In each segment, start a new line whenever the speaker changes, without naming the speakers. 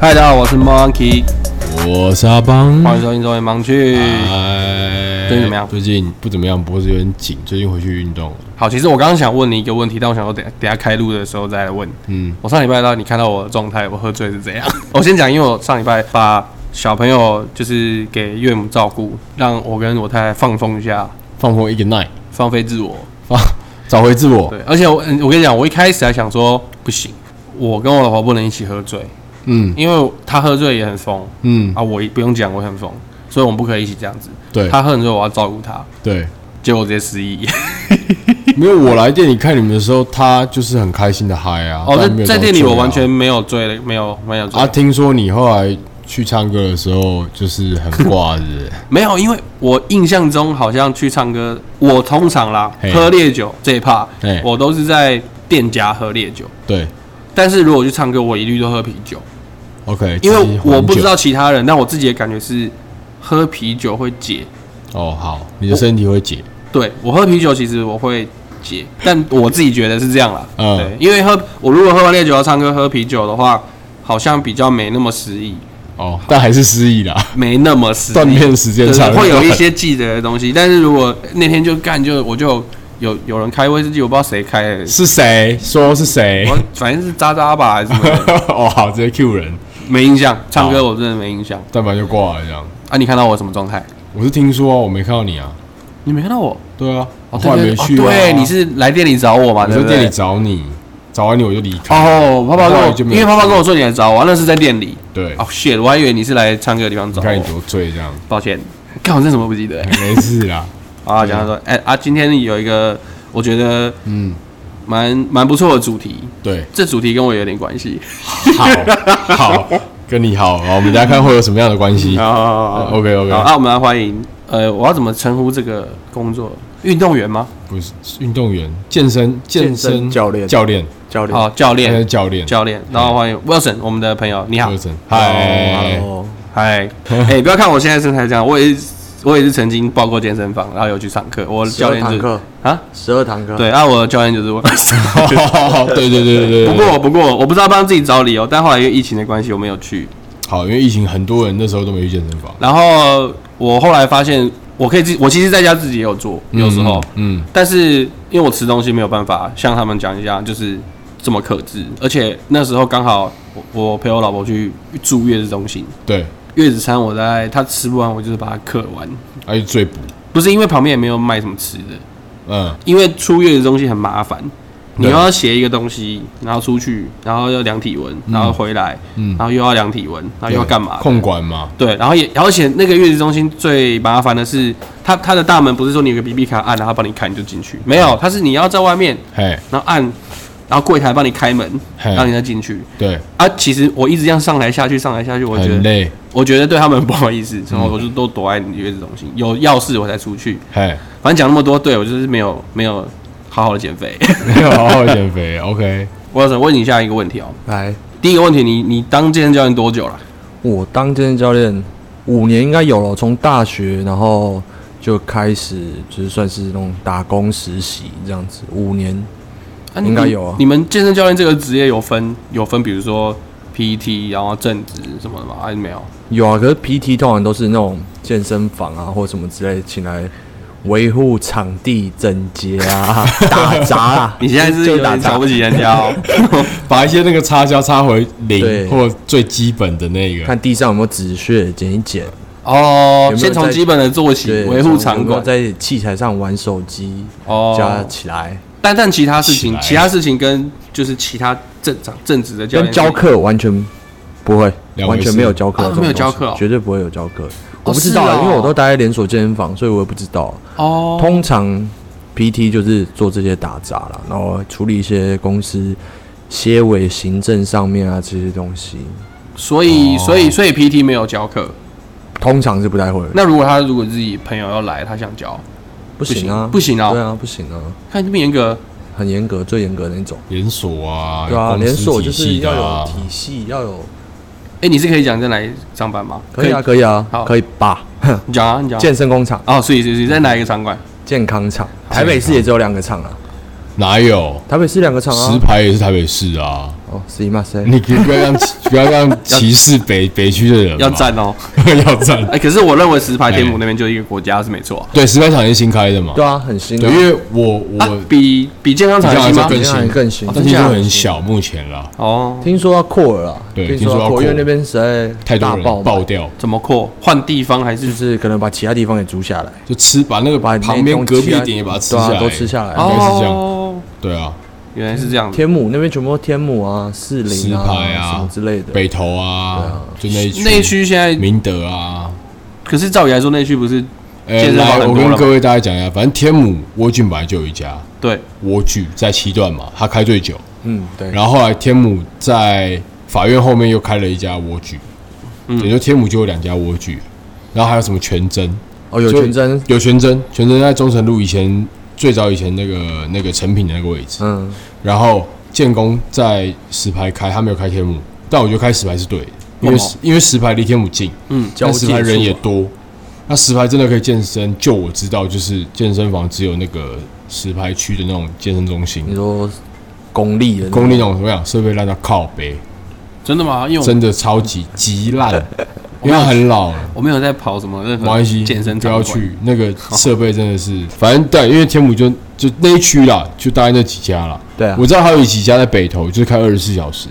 嗨，大家好，我是 Monkey，
我是阿邦。
欢迎收听《中文盲区》。
哎，
最近怎么样
最近不怎么样，脖子有点紧。最近回去运动了。
好，其实我刚刚想问你一个问题，但我想说等等下开录的时候再来问。
嗯，
我上礼拜到你看到我的状态，我喝醉是怎样？ 我先讲，因为我上礼拜把小朋友就是给岳母照顾，让我跟我太太放松一下，
放空一个 night，
放飞自我。
放 找回自我。
对，而且我嗯我跟你讲，我一开始还想说不行，我跟我老婆不能一起喝醉，
嗯
因为她喝醉也很疯
嗯，
啊，我不用讲我也很疯，所以我们不可以一起这样子。
对
她喝很醉，我要照顾她，
对，
结果我直接失忆。
没有我来店里看你们的时候，他就是很开心的嗨啊。
哦，
但
在
没有
在
到
店里
醉啊
我完全没有醉了，没有没有醉、
啊。听说你后来去唱歌的时候，就是很 挂日。
没有，因为我印象中好像去唱歌，我通常啦
嘿
喝烈酒这一趴
嘿，
我都是在店家喝烈酒，
对
但是如果去唱歌，我一律都喝啤酒，
，OK，
因
这
为
是红
我不
酒
知道其他人，但我自己的感觉是喝啤酒会解，
哦，好，你的身体会解。
对我喝啤酒其实我会解，但我自己觉得是这样啦，
嗯
对，因为喝我如果喝完烈酒要唱歌喝啤酒的话，好像比较没那么失忆，
哦，但还是失忆啦，
没那么失忆
锻炼时间
就是
长，
会有一些记得的东西。但是如果那天就干，就我就有有人开威士忌，我不知道谁开的，
是谁说是谁？
我反正是渣渣吧还是什么的，
哦，好，直接 Q 人，
没印 象。唱歌
好
我真的没印象
但凡就挂了这样。
啊！你看到我什么状态？
我是听说啊，我没看到你啊。
你没看到我？
对啊，我
哦，
后来没
对
去、
对
啊
哦对，你是来店里找我嘛？
我
对
在
不
店
对
里？找你，找完你我就离开。
哦，爸爸
后
跟
来
我，
就没
因
有
为爸爸跟我说你来找我，那是在店里。
对，
哦，shit！我还以为你是来唱歌的地方
你
找
看你
我，
多醉这样，
抱歉，看我真什么不记得。
没事啦。
好啊，讲到说，哎啊，今天有一个我觉得
嗯，
蛮蛮不错的主题，
对，
这主题跟我有点关系。
好，好，跟你好，好，我们大家看会有什么样的关系
好好好好
OK，OK
哦好，啊那我们来欢迎，呃，我要怎么称呼这个工作？运动员吗？
不是运动员、健身、健
健身
身
教练
教练，
教练。
好，哦教
现在是
练，
呃教练，
教练。然后欢迎 Wilson，我们的朋友，你好
教，练，嗨，
哦，
嗨。 哎，不要看我现在身材这样，我也是，我也是曾经报过健身房，然后有去上课。我的教
教
练
堂
就是
课
啊，
十二堂课，
对，啊，我的 教练就是 Wilson。
对对对对对。
哦不
对
过不过，我不知道帮自己找理由，但后来因为疫情的关系，我没有去。
好，因为疫情，很多人那时候都没去健身房，
然后我后来发现，我可以自己，我其实在家自己也有做，有时候，
嗯，嗯，
但是因为我吃东西没有办法像他们讲一样，就是这么克制，而且那时候刚好我我陪我老婆去住月子中心，
对，
月子餐我在她吃不完，我就是把它嗑完，
还有最补，
不是因为旁边也没有卖什么吃的，
嗯，
因为出月子中心很麻烦。你
对
又要写一个东西，然后出去，然后要量体温，然后回来，
嗯
然后又要量体温，然后又要干嘛的？
控管嘛，
对，然后也而且那个月子中心最麻烦的是，它它的大门不是说你有个 BB 卡按，然后它帮你开你就进去，没有，它是你要在外面，
嘿，
然后按，然后柜台帮你开门，
嘿
让你再进去。
对，
啊，其实我一直这样上来下去，上来下去，我觉
很
得
累，嗯
我觉得对他们不好意思，然后我就都躲在月子中心，有要事我才出去。
嘿，
反正讲那么多，对我就是没有没有好好的减肥。
没有好好哦减肥，OK，
我要想问你下一个问题哦，
来，
第一个问题，你你当健身教练多久了？
我当健身教练五年应该有了，从大学然后就开始就是算是那种打工实习这样子，五年
啊你
应该有啊
你们健身教练这个职业有分有分，比如说 PT，然后正职什么的吗？还是没有？
有啊。可是 PT 通常都是那种健身房啊或什么之类请来维护场地整洁 啊、打杂啊。
你现在是
就
有
就打
点瞧
杂
不，起人家哦。
把一些那个插销插回
对
零或最基本的那个，
看地上有没有止血，剪一剪。
哦
有没，有
先从
在
基本的做起，
对，
维护场
有没有
馆。
在器材上玩手机，加
哦，
起来，
但但其他事
起
情，
来
其他事情跟就是其他正常正职的教
跟
练
教课完全不会，
两回
完
事
全没有教课
啊
的这种东西，
没有教课哦
绝对不会有教课。我不知道
是
啊，
哦
因为我都待在连锁健身房，所以我也不知道。啊
哦，
通常 PT 就是做这些打杂啦，然后处理一些公司些尾行政上面啊这些东西，
所以
哦
所以所以 PT 没有教课。
通常是不太会。
那如果他如果自己朋友要来，他想教，
不行啊，
不行不行啊
对啊，不行啊，
看这么严格，
很严格，最严格的那种。
连锁啊，
对
有
啊，
公司
连锁就
体
是
系的
要
啊
有体系，要有
哎，你是可以讲再来上班吗？
可以啊，，可以啊
好，
可以吧？
你讲啊，你讲啊。
健身工厂。
哦，所以所以所以在哪一个场馆？
健康厂，台北市也只有两个厂啊，
哪有
台北市两个厂
石
啊，
牌也是台北市啊，
哦，是吗？谁？
你可以不要让不要 让歧视北北区的人嘛，
要赞哦。
要赞
哎、。可是我认为石牌天母那边就是一个国家是没错啊、
对，石牌厂也是新开的嘛，
对啊，很新的
对，，因为我
啊
我
比比健康
比
产
较
行吗？
更
好
新哦
像更新
但听说很小，目前啦，
哦，
听说要扩了啦，啊
对
听说
听说要
要
扩
扩，因为那边实在
太多
大
人
爆满
爆，掉，
怎么扩？换地方还？
就是是可能把其他地方也租下来，
就吃把那个
把
旁
那
边
栋
隔壁
其他
的点也把它吃
对啊
下来，
都吃下来。
该是这样
哦，
对啊，
原来是这样子。
天母那边全部都天母啊、士林
石牌啊
什么之类的，
北投啊，就那一区，
内区现在，
明德啊。
可是照理来说，内区不是
呃，
健身房
来，
很
我
多
跟
了
各位大家讲一下，反正天母蜗苣本来就有一家
对
蜗苣在七段嘛，它开最久，
嗯，对，
然后后来天母在法院后面又开了一家蜗苣，
嗯
也就天母就有两家蜗苣，然后还有什么全真，
哦，有
就
全真，
有全真，全真在中城路以前最早以前那个那个成品的那个位置，
嗯，
然后建工在石牌开，他没有开天母，但我觉得开石牌是对的，因为
为什么
因为石牌离天母近，
交
但石牌
界
人
处
也
啊
多。那石牌真的可以健身？就我知道，就是健身房只有那个石牌区的那种健身中心
你，说公立的那种
公立那种怎么讲？设备烂到靠背，
真的吗？因为我
真的超级极烂， 因为它很老了。
我没有在跑什么任何
没关系，
健身
不
场
要
馆，
去那个设备真的 是，反正对，因为天母就就那一区啦，就大概那几家啦。
对啊
我知道还有几家在北投，就是开二十四小时，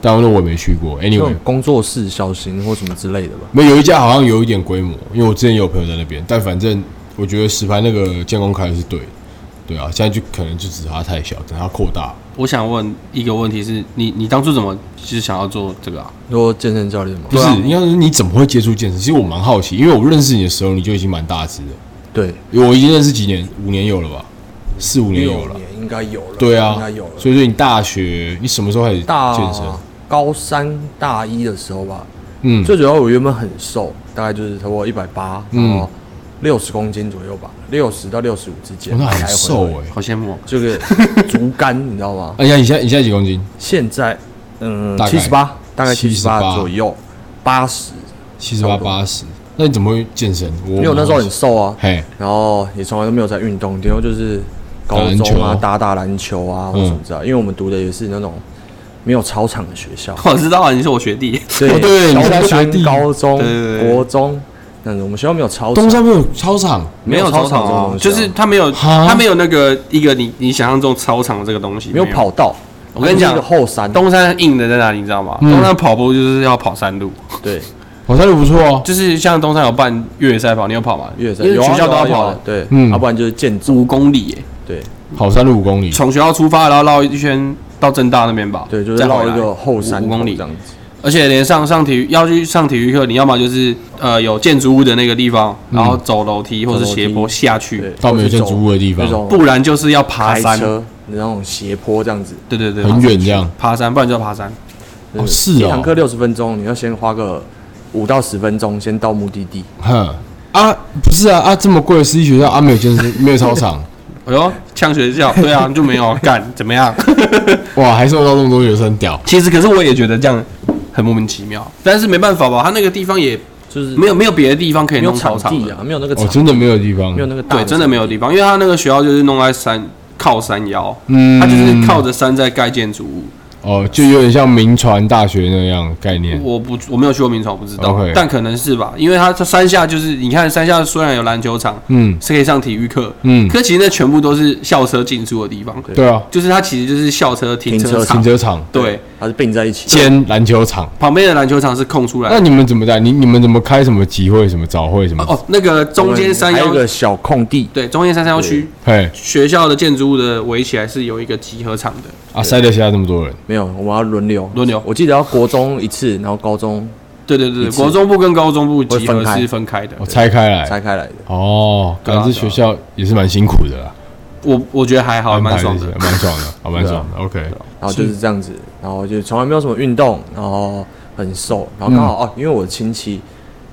但那我也没去过。
那
Anyway，
种工作室小型或什么之类的吧。
没有有一家好像有一点规模，因为我之前也有朋友在那边，但反正我觉得石牌那个建工开的是对的，对啊，现在就可能就只是它太小，等它扩大。
我想问一个问题是，你你当初怎么就是想要做这个啊？
说健身教练嘛，
不是，应该是你怎么会接触健身？其实我蛮好奇，因为我认识你的时候你就已经蛮大只的，
对，
我已经认识几年，五年有了吧，四五年有了。
年应该有了，
对啊，
应该有了。
所以说你大学你什么时候开始
大
健身？
高三大一的时候吧，
嗯，
最主要我原本很瘦，大概就是差不多一百八，
嗯
然后六十公斤左右吧，六十到六十五之间，
哦那很
来回
瘦
回
哎、
好羡慕、哦。
这个竹竿你知道 吗？
哎呀，你现在你现在几公斤？
现在嗯
大概
七十八，大概七十
78
八左右，八十，
七十八
差不多
八十，那你怎么会健身？我
因为我那时候很瘦啊，
嘿，
然后也从来都没有在运动，顶多就是
打
高
篮
中啊
球
打打篮球啊或
嗯
什么之类的，因为我们读的也是那种没有操场的学校，
我知道啊，你是我学弟，
对
哦对你是他
高
学
三、
弟
高中
对对、对
国中，但是我们学校没有操
东
场，
山没有操场，
没有操场
这种
哦
东，西
就
啊
是他没有
哈
他没有那个一个你你想象中操场这个东西，
没有跑道，
我跟你讲
它就是一个后山，
东山硬的在哪里，你知道吗？
嗯
东山跑步就是要跑山路，
对，
跑山路不错哦。
就是像东山有办越野赛跑，你有跑吗？
越野赛
因为
有啊
学校
有
都
啊
要
有啊
跑的，
对，
嗯
要不然就是建筑，
五公里耶，
对
跑山路五公里，
从学校出发，然后绕一圈到正大那边吧，
对，就是
再回
绕一
来
个后山
五五公里
这，样子，
而且连上上体育要去上体育课，你要么就是呃有建筑物的那个地方，然后走楼梯或是斜坡下去
对，，
到没有建筑物的地
那
方，
种
不然就是要爬
开
山，哦
车那种斜坡这样子，
对对对，
很远这样。
爬山，不然就要爬山。
对
哦是哦
一堂课六十分钟，你要先花个五到十分钟先到目的地，
哼啊，不是啊啊，这么贵的私立学校啊，没有健 身，没有操场，
哎呦，呛学校，对啊，就没有干， 怎么样？
哇，还收到那么多学生屌。
其实，可是我也觉得这样很莫名其妙，但是没办法吧，他那个地方也
就是
没有没有别的地方可以
没有
弄
场
操场
地
了，
啊，没有那个
哦，
场，
真的没有地方
没有，那个大
对，真的没有地
场
方，因为他那个学校就是弄在山靠山腰，
嗯
啊
他就是靠着山在盖建筑物。
哦，就有点像民传大学那样的概念。
我不我没有去过明传，我不知道
OK
但可能是吧，因为它山下就是你看山下虽然有篮球场，
嗯
是可以上体育课，
嗯，
可其实那全部都是校车进出的地方，
对啊，
就是它其实就是校车停车
停车
场，
停车场
对，
地，它是并在一起，
兼篮球场。
旁边的篮球场是空出来
那
的。
你们怎么带？你你们怎么开什么集会、什么早会、什么？
哦，那个中间山
还有
腰
一，个小空地，
对，中间山腰区
嘿
学校的建筑物的围起来是有一个集合场的，
啊，塞得下这么多人，
没有，我们要轮流
轮流
我记得要国中一次，然后高中
对对对，
一
对
次
国中部跟高中部集
会分
合
开
是分开的
我、。哦拆开来。
拆开来的。
哦，
对啊
感
对
觉学
啊
校也是蛮辛苦的啦，
我我觉得还好，
安排
啊蛮
这
爽
些
的。
蛮爽的，好蛮爽的。OK，
然后就是这样子，然后就从来没有什么运动，然后很瘦，然后刚好、哦，因为我的亲戚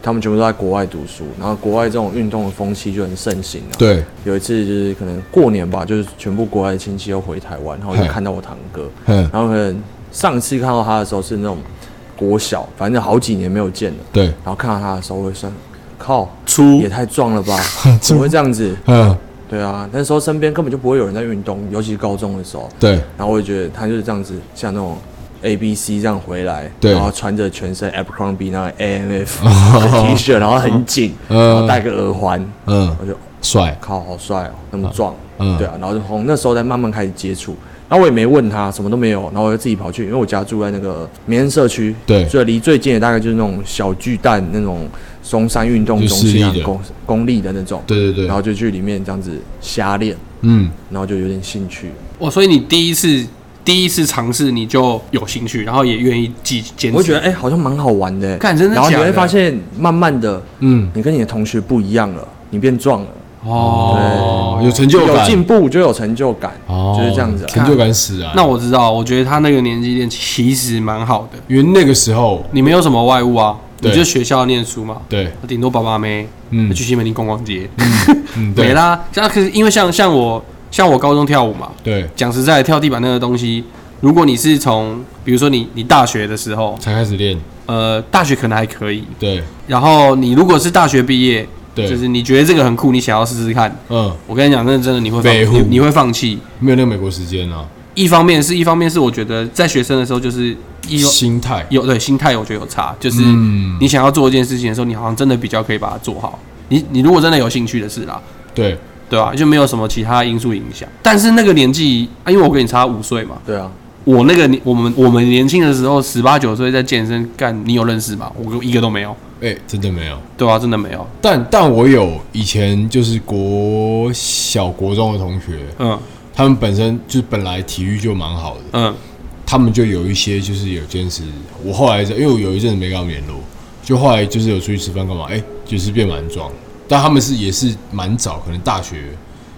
他们全部都在国外读书，然后国外这种运动的风气就很盛行啊。
对，
有一次就是可能过年吧，就是全部国外的亲戚又回台湾，然后我就
嘿
看到我堂哥，
嗯，
然后可能上次看到他的时候是那种国小，反正好几年没有见了，
对，
然后看到他的时候我会算，靠，
出
也太壮了吧，怎么会这样子？
嗯，
对啊，那时候身边根本就不会有人在运动，尤其是高中的时候。
对，
然后我也觉得他就是这样子，像那种，哎、 A B C 这样回来，
对
然后穿着全身 Abercrombie 那 A M F 的 T 恤，然后很紧，
嗯
然后戴个耳环，
嗯，
我就
帅，
靠，好帅哦，那么壮，
嗯
对啊，然后就从那时候才慢慢开始接触，然后我也没问他，什么都没有，然后我就自己跑去，因为我家住在那个民生社区，
对
所以离最近的大概就是那种小巨蛋那种松山运动中心
就
啊
市立的
公公立的那种，
对对
然
对，
后就去里面这样子瞎练，
嗯，
然后就有点兴趣，
我所以你第一次第一次尝试你就有兴趣，然后也愿意继坚持。
我会觉得哎、好像蛮好玩的、
干真的
然后你
假
会
的
发现慢慢的，
嗯，
你跟你的同学不一样了，你变壮了，
哦
哦，，有成就
有
感，
进步就有成就感，
哦，
就是这样子啊。
成就感使然。
那我知道，我觉得他那个年纪练其实蛮好的。
因为那个时候，
你没有什么外物啊，
对
你就学校念书嘛，
对，
顶多爸爸没
嗯
去西门町逛逛街，
嗯，
没
对，
啦。这样可是因为像像我像我高中跳舞嘛，
对，
讲实在的，跳地板那个东西，如果你是从比如说你你大学的时候，
才开始练，
呃，大学可能还可以，
对，
然后你如果是大学毕业，
对
就是你觉得这个很酷，你想要试试看，
嗯，
我跟你讲，认真的你会放
北户
你你会放弃。
没有那个美国时间啊，
一方面是一方面是我觉得在学生的时候就是一
心态，
有对心态，我觉得有差，就是
嗯
你想要做一件事情的时候，你好像真的比较可以把它做好。你你如果真的有兴趣的事啦，
对，
对吧、就没有什么其他因素影响。但是那个年纪，啊、因为我跟你差五岁嘛，
对啊，
我那个年我们我们年轻的时候，十八九岁在健身干，你有认识吗？我一个都没有，
哎，真的没有。
对啊，真的没有。
但但我有以前就是国小国中的同学，
嗯
他们本身就是本来体育就蛮好的，
嗯，
他们就有一些就是有坚持。我后来在因为我有一阵子没跟他们联络，就后来就是有出去吃饭干嘛，哎、就是变蛮壮。但他们是也是蛮早，可能大学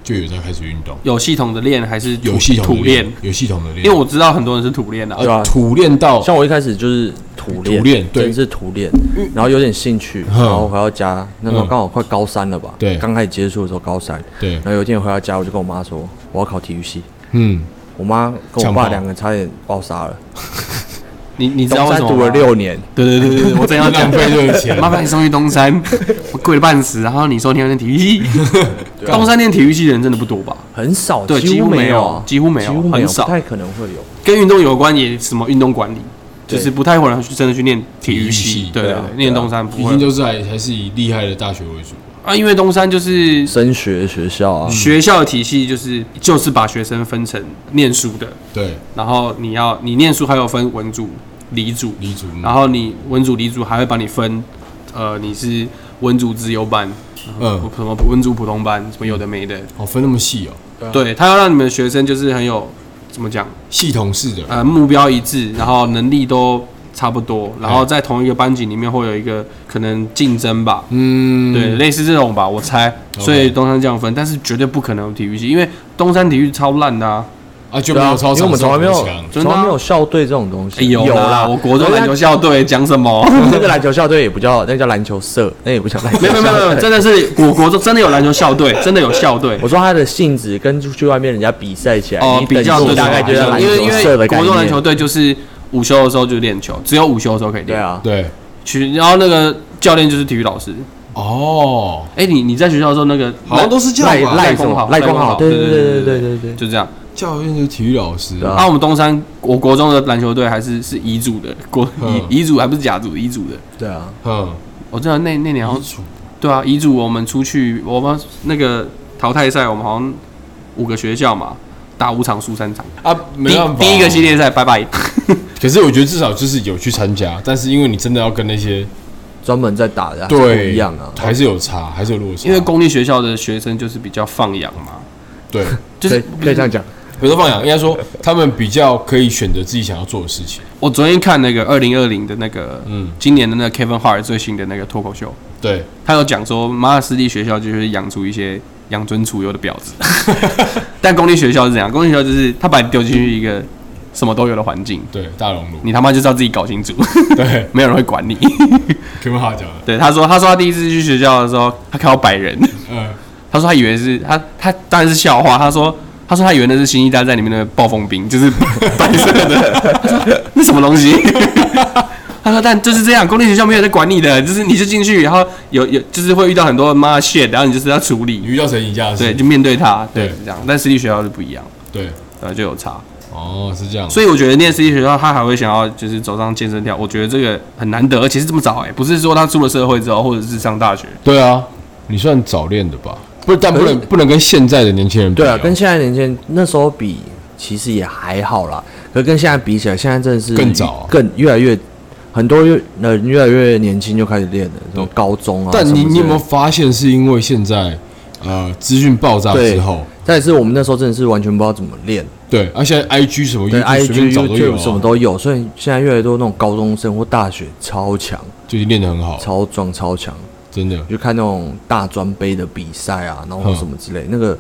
就有在开始运动，
有系统的练还是土
有系统
土
的
练？，
有系统的练，
因为我知道很多人是土练的、啊
对，啊
呃土练到
像我一开始就是土练，
土练对
真的是土练，然后有点兴趣，
嗯
然后回到家，那时候
嗯
刚好快高三了吧，
对
刚开始接触的时候高三，
对
然，后有一天回到家，我就跟我妈说我要考体育系，
嗯，
我妈跟我
呛
爸
爆
两个差点爆杀了，
你你知道
中
为
山
什么
读了
吗？
六年，
对对对对对，我 正要
浪
讲。
费这个钱，
麻烦你送去东 山，我贵了半死。然后你说你要练体育 系，东山练体育系的人真的不多吧？
很少，
对
几
几乎没
没
有
有，
几乎没有
几乎没
很少
不太可能会有。
跟运动有关也什么运动管理，
对
就是不太会有人去真的去练体育
体育
系
系，
对
对
对
啊
对，啊念东山不
已
会
经就是还还是以厉害的大学为主。
啊，因为东山就是
升学学校啊，
学校的体系，就是就是把学生分成念书的，
对，
然后你要你念书还有分文组、理组，
黎族，
然后你文组、理组还会把你分，呃，你是文组资优班，
嗯，
什么文组普通班，什么有的没的，
哦，分那么细哦，
对他要让你们学生就是很有怎么讲，
系统式的，
呃，目标一致，然后能力都差不多，然后在同一个班级里面会有一个可能竞争吧，
嗯，
对，类似这种吧，我猜。所以东山这样分，但是绝对不可能有体育系，因为东山体育超烂的啊。
啊，就
对
没
啊
有，超
因为
常
我们从来没有
上国强
真
从
的啊
来没有校队这种东
哎
西，
有啦，我国中篮球校 队讲什么？
那个篮球校队也不叫，那叫篮球社，那也不叫篮球。
没有没有没有没有， 真的是我国中真的有篮球校队，真的有校队。
我说他的性质跟出去外面人家比赛起来，
哦
你，
比较
等
对
级大概就是篮
因为因
球社
为
的概
国中篮球
念。
队就是午休的时候就练球，只有午休的时候可以
对
练。，
啊，
对，
去然后那个教练就是体育老师。
哦，
哎，你你在学校的时候那个
好像都是这
赖
样吧？
赖
赖
功
什
好
么？赖光
赖功好
好，对
对
对
对
对
对啊
对对对对。
就这样。
教练就是体育老师，
对啊
啊，我们东山我国中的篮球队还是是乙组的，国
嗯
乙乙组还不是甲组乙组的。
对啊，
嗯，
我知道那那年好像
基础
对啊，乙组我们出去，我们那个淘汰赛，我们好像五个学校嘛，打五场输三场。
啊，没办法，
第第一个系。列赛拜拜。
可是我觉得至少就是有去参加，但是因为你真的要跟那些
专门在打的还是不
对
一样啊。
还是有差，还是有落差。
因为公立学校的学生就是比较放养嘛，
对，
就
可
是
以可以这样讲，
不是放养，应该说他们比较可以选择自己想要做的事情。
我昨天看那个二零二零的那个，
嗯
嗯，今年的那个 Kevin Hart 最新的那个脱口秀，
对，
他有讲说，妈的私立学校就是养出一些养尊处优的婊子， 但公立学校是怎样？公立学校就是他把你丢进去一个什么都有的环境，
对，大熔炉，
你他妈就是要自己搞清楚，
对，
没有人会管你。
可以好讲的，
对，他说，他说他第一次去学校的时候，他看到白人，
嗯，
他说他以为是他他当然是笑话，他说。他说他以为那是《星际大战》里面的暴风兵，就是 白色的。他说那什么东西？ 他说但就是这样，公立学校没有在管你的，就是你就进去，然后有有就是会遇到很多妈的 shit，然后你就是要处
你
理，
遇到谁赢家的
对，
事，
就面对他，对，
对
是这样。但私立学校就不一样，
对，
对，就有差。
哦，是这样。
所以我觉得念私立学校，他还会想要就是走上健身条，我觉得这个很难得，而且是这么早哎、不是说他出了社会之后，或者是上大学，
对啊，你算早恋的吧？不，但不
可是
能不能跟现在的年轻人比、哦
对啊，跟现在年轻人那时候比，其实也还好啦。可是跟现在比起来，现在真的是
更早啊
更越来越很多越人越来越年轻就开始练了，什么高中啊。
但
什么
你
之类
你有没有
的？
发现，是因为现在呃资讯爆炸
对
之后，
但是我们那时候真的是完全不知道怎么练，
对，而、且 I G 什么
对
YouTube 随便
，IG、
找都有、啊
YouTube，什么都有，所以现在越来越多那种高中生或大学超强、
就是练得很好，
超壮、超强。
真的。
就看那种大专杯的比赛啊，然
嗯
后什么之类，那个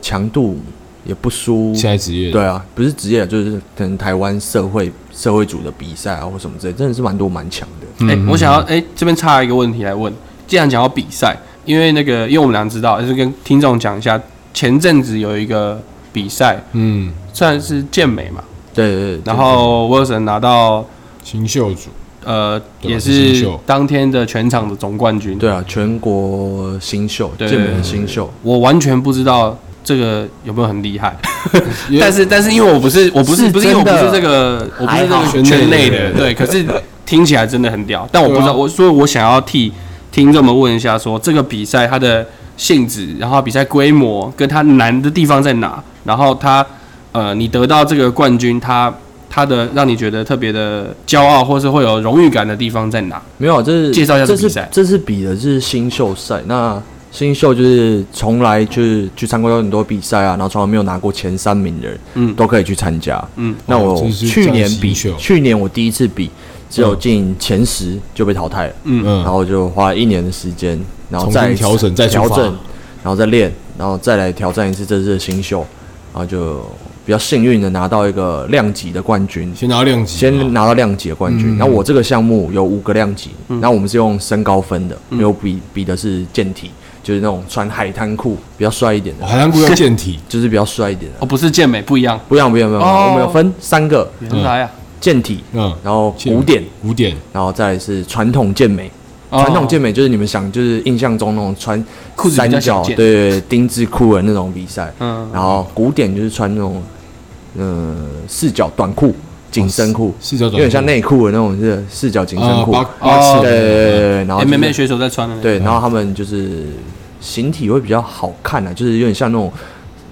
强度也不输。
现在职业
嗯对啊，不是职业，就是可能台湾社会社会组的比赛啊，或什么之类，真的是蛮多蛮强的。
嗯
哎、我想要哎、这边插一个问题来问，既然讲到比赛，因为那个因为我们俩知道，就是跟听众讲一下，前阵子有一个比赛，
嗯，
算是健美嘛，
对对对，
然后 Wilson 拿到
新秀组
呃
对
也
新
是
秀
当天的全场的总冠军，
对啊，全国新秀，
对
健美的新秀，
我完全不知道。这个有没有很厉害？
也
但是但是因为我不是我不是
是
不是因为我不是
真
这
的
个我不是这
还
好
个圈内
圈内
的
的
对，可是听起来真的很屌，但我不知
对
道
啊
我所以我想要替听众们问一下说这个比赛它的性质，然后比赛规模跟它难的地方在哪，然后它呃你得到这个冠军，它它的让你觉得特别的骄傲或是会有荣誉感的地方在哪？
没有，啊这是
介绍一下这
这
比
是
赛
这是比的是新秀赛。那新秀就是从来就是去参加过很多比赛啊，然后从来没有拿过前三名的人，
嗯
都可以去参加。
嗯，
那
哦
我
这是
去年
战
比，
新秀
去年我第一次比，只有进前十就被淘汰了，
嗯
然，后就花了一年的时间，然后
重
再
新调整再出
调
发
整，然后再练，然后再来挑战一次这次的新秀，然后就比较幸运的拿到一个量级的冠军。
先拿到量级嘛，
先拿到量级的冠
嗯
军，然后我这个项目有五个量级，然后我们是用身高分的，没有比比的是健体，就是那种穿海滩裤比较帅一点的
哦，海滩裤要健体
就是比较帅一点的，
哦不是健美不一样，
不一样不一样不一样，
哦
我们有分三个
原来啊，
健体，
嗯
然后古典，
古典
然后再来是传统健美。
哦
嗯传统健美就是你们想，就是印象中那种穿
裤子比
三
较小
角
件
对对对丁字裤的那种比赛。
嗯
然后古典就是穿那种呃四角短裤、紧身裤，
哦四角短裤
有点像内裤的那种是四角紧身
啊，
裤。
八
哦
八
对
尺
对对对对，然后就是
MMA 选手在穿的那个，
对，然后他们就是形体会比较好看啊，就是有点像那种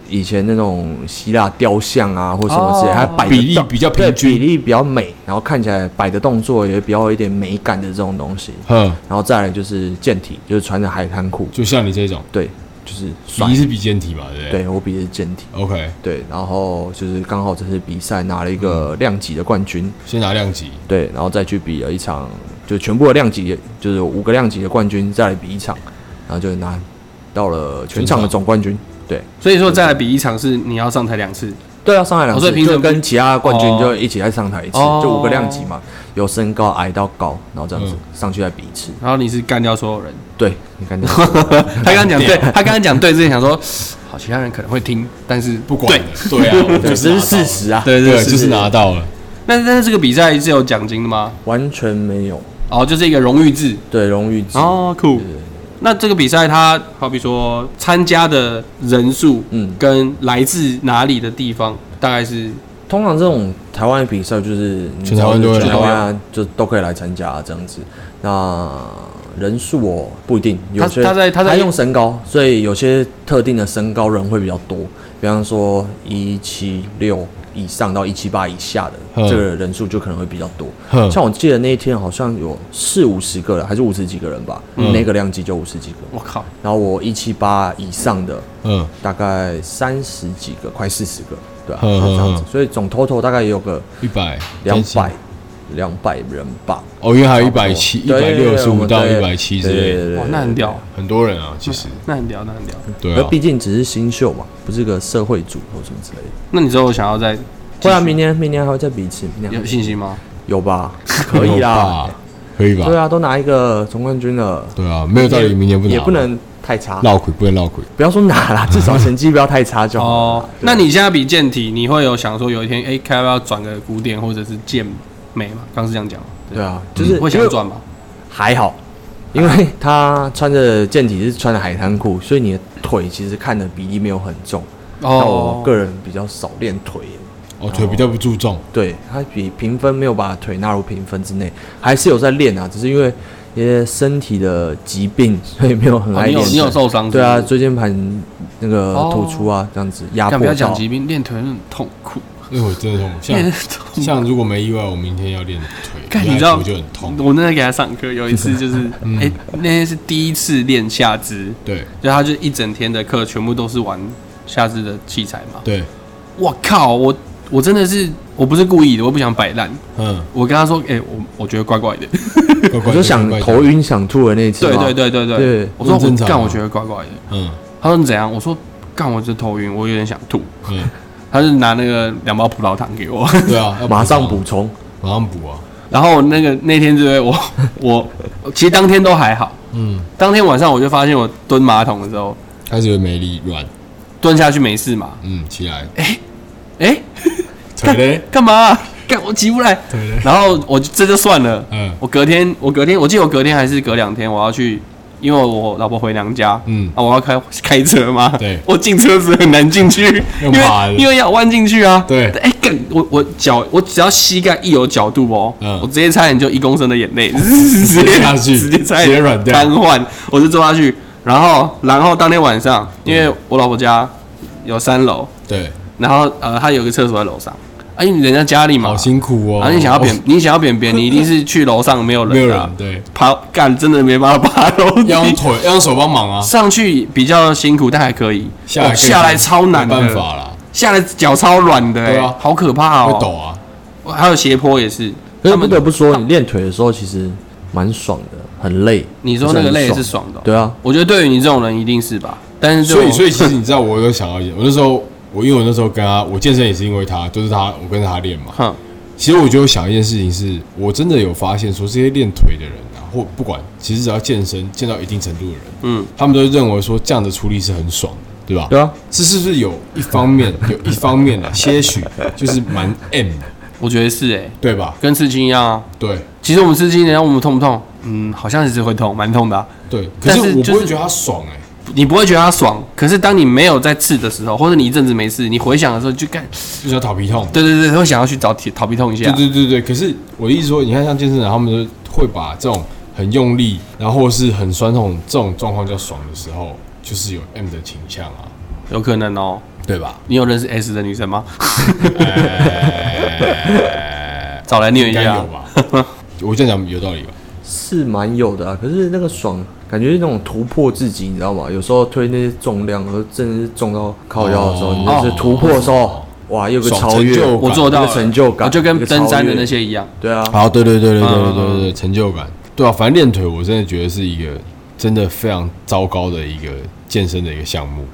以前那种希腊雕像啊，或什么之类，
哦
还摆得
比例
动
比较
对
平均
比例比较美，然后看起来摆的动作也比较有一点美感的这种东西。
嗯，
然后再来就是健体，就是穿着海滩裤，
就像你这种，
对，就是
比
帅
例。是比健体嘛，对不对？
对我比的是健体，
OK，
对，然后就是刚好这次比赛拿了一个量级的冠军，
先拿量级，
对，然后再去比了一场，就全部的量级，就是五个量级的冠军，再来比一场，然后就拿到了全场的总冠军。对，
所以说再来比一场是你要上台两次，
对啊，上海两
哦所以
次
平
就
常
跟其他冠军
哦
就一起再上台一次，
哦
就五个量级嘛，由身高矮到高，然后这样子上去再比一次。
然后你是干掉所有人。
对，你看这样，
他刚刚 讲对，他刚刚讲对之前想说，好，其他人可能会听，但是
不
不
管
对
了，对啊，我
对，这
就是拿到
是
了
事，实啊，
对
对，
对，
就是拿到了，
那但是这个比赛是有奖金的吗？
完全没有
哦，就是一个荣誉制。
对荣誉值。
哦，酷。那这个比赛，它好比说参加的人数，嗯
嗯，
跟来自哪里的地方，大概是
通常这种台湾的比赛就是你
全台湾都会来
全台湾啊就都可以来参加、这样子。那人数哦不一定，有些
他在他在
用身高，所以有些特定的身高人会比较多，比方说一七六以上到一七八以下
嗯
的这个人数就可能会比较多。
哼，
像我记得那一天好像有四五十个人，还是五十几个人吧，那个量级就五十几个。
我靠，
然后我一七八以上的，
嗯，
大概三十几个，快四十个，对啊，
嗯
就这样
嗯
子，所以总 total 大概也有个
一百
两百两百人吧，
哦，因为还有一百七、一
对
百六十
对
五
对
到
对
一百七之
对对
类，
对
哇，
对
那很屌，
很多人啊，其实
那很屌，那很屌。
对
可
啊，
毕竟只是新秀嘛，不是个社会组或什么之类的。
那你之后想要再
会啊，明年明年还会再比一次，明年还
有
会
信心吗？
有吧？可以啦
有，吧，可以吧？
对啊，都拿一个总冠军了，
对啊，没有道理，明年不拿
也
吧
不能太差，
闹鬼，不能闹鬼。
不要说拿啦，至少成绩不要太差就好了
哦
啦。，
那你现在比健体，你会有想说有一天，哎，看要不要转个古典或者是健美嘛？刚是这样讲吗，
对啊，
嗯
就是
会
因
想
为
转吗？
还好，因为他穿着健体是穿着海滩裤，所以
哦
哦你的腿其实看的比例没有很重。那我个人比较少练腿，
哦，腿比较不注重，
对他比评分没有把腿纳入评分之内，还是有在练啊，只是因为一些身体的疾病，所以没有很
哦
爱
你有
练。
你有受伤？
对啊，，椎间盘那个
哦
突出啊，这样子压
干不
迫
要
到
讲。疾病，练腿很痛苦。
因为我真的痛。
练
像像如果没意外，我明天要练腿，
干
练
你知道
腿就很痛。
我那天给他上课，有一次就是，哎、那天是第一次练下肢，
对
就他就一整天的课全部都是玩下肢的器材嘛。
对，
我靠，我我真的是我不是故意的，我不想摆烂。
嗯，
我跟他说，哎、我我觉得怪怪的。
乖乖
我就想
乖乖
头晕想吐的那一次
对
嘛，
对对对对，
对
我说
很
我
正常啊
干，我觉得怪怪的。
嗯
他说你怎样？我说干，我这头晕，我有点想吐。
嗯，
他就拿那个两包葡萄糖给我，
对 啊，要
马上
补
补充。
偿，马上补啊，
然后那个那天就是我我其实当天都还好，
嗯，
当天晚上我就发现我蹲马桶的时候
开始会没力软，
蹲下去没事嘛，
嗯，起来，
哎、
腿嘞，
干嘛啊、干我起不来，
腿嘞，
然后我就这就算了。
嗯
我隔天，我隔天，我记得我隔天还是隔两天，我要去，因为我老婆回娘家，
嗯
啊，我要开开车嘛，
对
我进车子很难 进去，因
用爬
为
的
因为要弯进去啊，
对
哎，干我我脚，我只要膝盖一有角度哦，
嗯
我直接差点就一公升的眼 泪，直
接下 去
直接差
直接
点
软掉
瘫痪，我就坐下去，然后然后当天晚上，
嗯
因为我老婆家有三楼，
对，
然后呃，她有个厕所在楼上，啊，因为人家家里嘛
好，辛苦哦。
啊，你想要
变
扁，你想要扁扁，你一定是去楼上没有人、啊，
没有人，对，
爬干真的没办法爬楼梯
要，用腿，要用手帮忙啊，
上去比较辛苦，但还可以，
下来
哦
可以
下来超难
没办
的，
法啦，
下来脚超软的、欸，
对啊
好可怕
会
哦、
抖啊，
还有斜坡也是，
可
他
是不
们
得不说，你练腿的时候其实蛮爽的，很累。
你说那个累
可
是
很
爽的哦、
对啊，
我觉得对于你这种人一定是吧，但是就
所以所以其实你知道，我有想到一点，我那时候我因为我那时候跟他，我健身也是因为他，就是他，我跟着他练嘛。
哼，
其实我就想一件事情是，我真的有发现说，这些练腿的人啊，或不管，其实只要健身健到一定程度的人，
嗯，
他们都认为说这样的出力是很爽的，对吧？
对啊，
这是不是有一 方面有一方面啊，些许就是蛮 M 的，
我觉得是哎、
对吧？
跟刺青一样啊。
对
其实我们刺青，人家问我们痛不痛？嗯，好像是会痛，蛮痛的啊、
对，可
但是
是我不
就是
会觉得他爽哎、
你不会觉得它爽，可是当你没有在刺的时候，或者你一阵子没刺，你回想的时候就干，
就是要讨皮痛。
对对对，会想要去找体逃避痛一下。
对对对对，可是我的意思说，你看像健身人，他们就会把这种很用力，然后或是很酸痛这种状况叫爽的时候，就是有 M 的倾向啊，
有可能哦。
对吧？
你有认识 S 的女生吗？
哎
找来虐
应
一
该
下
有。吧？ 我这样讲有道理吧？
是蛮有的啊。可是那个爽，感觉是那种突破自己，你知道吗？有时候推那些重量，和真的是重到靠腰的时候，
哦
你就是突破的时
哦
候，哇，有个
爽
超越
成，就
我做到了
有个成就感
我就跟
有个超越
登山的那些一样。
对啊，
好，对对对对对
嗯
对对对对，成就感，对啊，反正练腿我真的觉得是一个真的非常糟糕的一个健身的一个项目，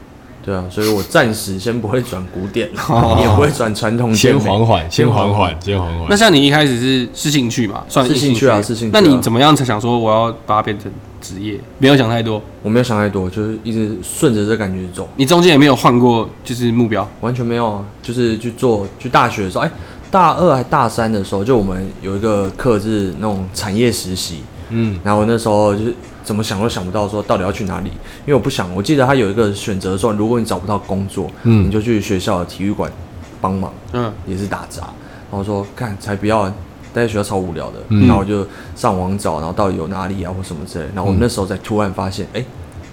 对啊，所以我暂时先不会转古典， 也不会转传统健
先
美，
缓缓，先缓缓，嗯先缓缓。
那像你一开始是是兴趣嘛，算
是兴趣啊是兴趣啊
那你怎么样才想说我要把它变成职业？没有想太多，
我没有想太多，就是一直顺着这感觉走，
你中间也没有换过就是目标。
完全没有啊，就是去做，去大学的时候，哎、大二还大三的时候，就我们有一个课是那种产业实习，
嗯，
然后我那时候就是怎么想都想不到说到底要去哪里，因为我不想，我记得他有一个选择说，如果你找不到工作，
嗯
你就去学校的体育馆帮忙，
嗯，
也是打杂。然后我说看才不要啊，待在学校超无聊的。
嗯
然后我就上网找，然后到底有哪里啊或什么之类的。然后我那时候才突然发现，哎、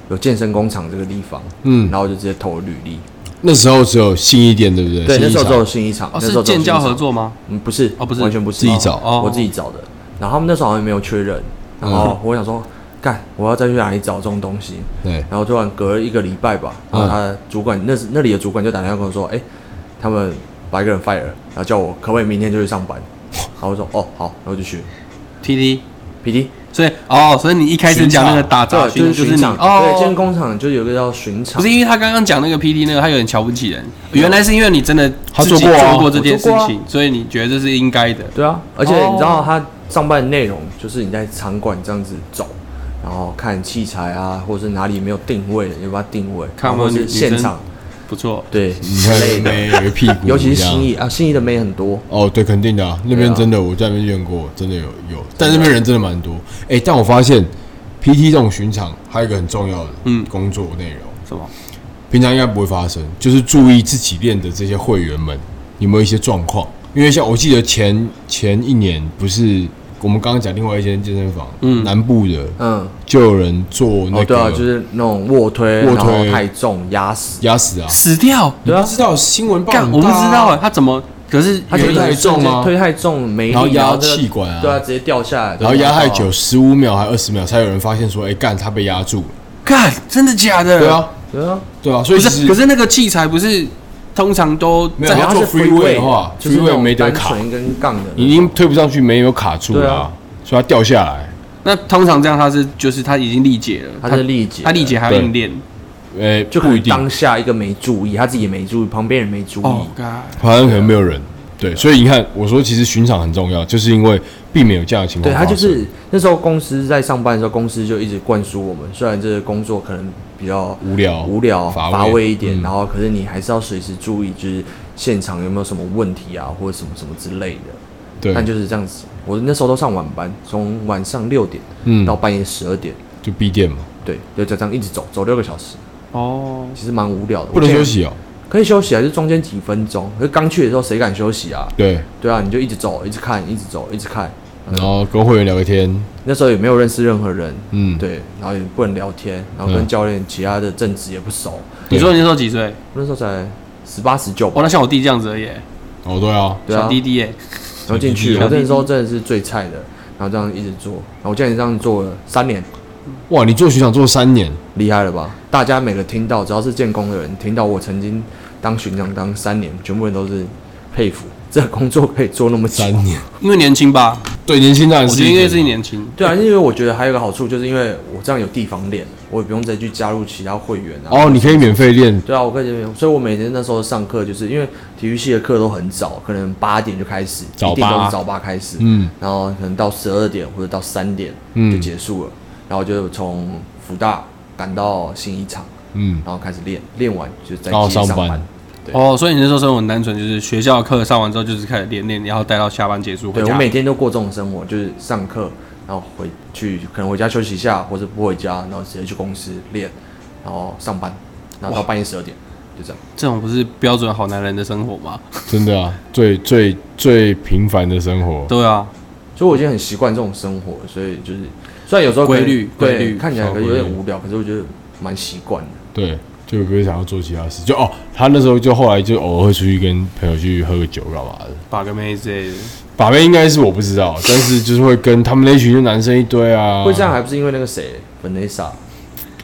有健身工厂这个地方，
嗯
然后我就直接投了履历。
那时候只有新一点，对不对？
对，那时候只
只
有
有
新一场，
哦，
那
是
时候只有
建
新一
教
场
合，作吗？
嗯，不是，
哦不是
完全不是，
自己找
哦
我自己找的。然后他们那时候好像没有缺人，然后我想说，干，我要再去哪里找这种东西？
对，
然后突然隔了一个礼拜吧，然后他的主管、那那里的主管就打电话跟我说，哎、他们把一个人 fire，了然后叫我可不可以明天就去上班？ 然后我说哦好，然后就去
T T，
PT，
所以哦，所以你一开始讲那个打杂
就是
啊就是
巡
你
场，对，健身
哦，
工厂就有一个叫巡场，
不是因为他刚刚讲那个 P D 那个，他有点瞧不起人。原来是因为你真的
他
自己
做过啊
做过这件事
我做
情
过，
所以你觉得这是应该的。
对啊，而且
哦
你知道他上班的内容就是你在场馆这样子走，然后看器材啊，或者是哪里没有定位的，你把它定位，
看
然
有没
后
有
或是
女
现
女生
场，
不错，
对
你
之类
看
的，
妹有一屁股，
尤其是
嗯
新
一。
义啊，新义的妹很多，
哦，对，肯定的、啊，那
对
边
啊
真的，我在那边练过，真的有有，但那边人真的蛮多。哎、但我发现 PT 这种巡场还有一个很重要的
嗯
工作内容，
什么？
平常应该不会发生，就是注意自己练的这些会员们，有没有一些状况？因为像我记得前前一年不是我们刚刚讲另外一间健身房，
嗯
南部的
嗯，
就有人做那
哦，对
个，
啊，就是那种卧推，
卧
然后
推
太重压死，
压死啊，
死掉，
对
不
啊，
知道新闻报
干，
很
我不
大
知
啊
道
欸
啊，他怎么？可是
他
就
原
是
来
太重啊
推太重没力，
然后压
这个
气管啊
对啊，直接掉下来，
然后压太久，，十五秒还二十秒才有人发现说，哎、干他被压住了。
干，真的假的？
对，啊，
对啊，
对啊，
不
所以其
是，
实
可是那个器材不是通常都
没有
在
你
然
要
后
做
是
freeway 的话
就是那
freeway
种
没得
单
卡
纯跟杠的，
已经推不上去，没有卡住
对
了、
啊
所以他掉下来。
那通常这样，他是就是他已经力竭了，
他是力竭
他力竭还要硬练。
哎、
就可
不一
能
定，
当下一个没注意，他自己也没注意，旁边人没注
哦
意，
，God，
好像可能没有人。
啊
对，所以你看，我说其实巡场很重要，就是因为避免有这样的情况
对
发
他
生。
就是那时候公司在上班的时候，公司就一直灌输我们，虽然这个工作可能比较
无聊
无聊、
嗯乏味
乏味一点，
嗯
然后可是你还是要随时注意，就是现场有没有什么问题啊，或者什么什么之类的。
对，
但就是这样子，我那时候都上晚班，从晚上六点
嗯
到，半夜十二点，
就闭店嘛，
对，就这样一直走，走六个小时，
哦，
其实蛮无聊的。
不能
我
休
记得，
息哦。
可以休息啊，就中间几分钟。可是刚去的时候谁敢休息啊？
对，
对啊，你就一直走，一直看，一直走，一直看。
然后跟会员聊个天，
那时候也没有认识任何人，
嗯，，
对，然后也不能聊天，然
嗯
后跟教练其他的正职也不熟。
你说你那时候几岁？
那时候才十八十九
哦，
吧，
那像我弟这样子而已，
哦，对啊，
对啊
小，弟弟耶，
然后进去，
小
我
弟弟
那时候真的是最菜的，然后这样一直做，然后我竟然这样做了三年，
哇，你做巡场做三年，
厉害了吧？大家每个听到，只要是建工的人听到我曾经当巡长当三年，全部人都是佩服，这个工作可以做那么久。
三年，
因为年轻吧，
对，年轻当
我
然
觉
是
得
一
因
个
为自己年轻，
对啊，因为我觉得还有一个好处，就是因为我这样有地方练，我也不用再去加入其他会员啊。
哦，你可以免费练，
对啊，我可以这边，所以我每天那时候上课，就是因为体育系的课都很早，可能八点就开始，
早
一定都
八
是早八开始，
嗯，
然后可能到十二点或者到三点
嗯
就结束了，然后就从福大赶到新一场，
嗯，
然后开始练，练完就在
然后
街上
上班
对
哦，所以你那时候生活很单纯，就是学校的课上完之后就是开始练练，然后待到下班结束回
对我
家。
每天都过这种生活，就是上课，然后回去可能回家休息一下，或者不回家，然后直接去公司练，然后上班，然后到半夜十二点，就这样。
这种不是标准好男人的生活吗？
真的啊，最最最平凡的生活，
对啊，
所以我已经很习惯这种生活，所以就是虽然有时候可能
规律
对
规律
看起来
超
可能有点
规律
无聊，可是我觉得蛮习惯的。
对，就不会想要做其他事，就哦，他那时候就后来就偶尔会出去跟朋友去喝个酒干嘛的，
把个妹之类的。
把妹应该是我不知道，但是就是会跟他们那群的男生一堆
哦
啊，
会这样还不是因为那个谁本内莎？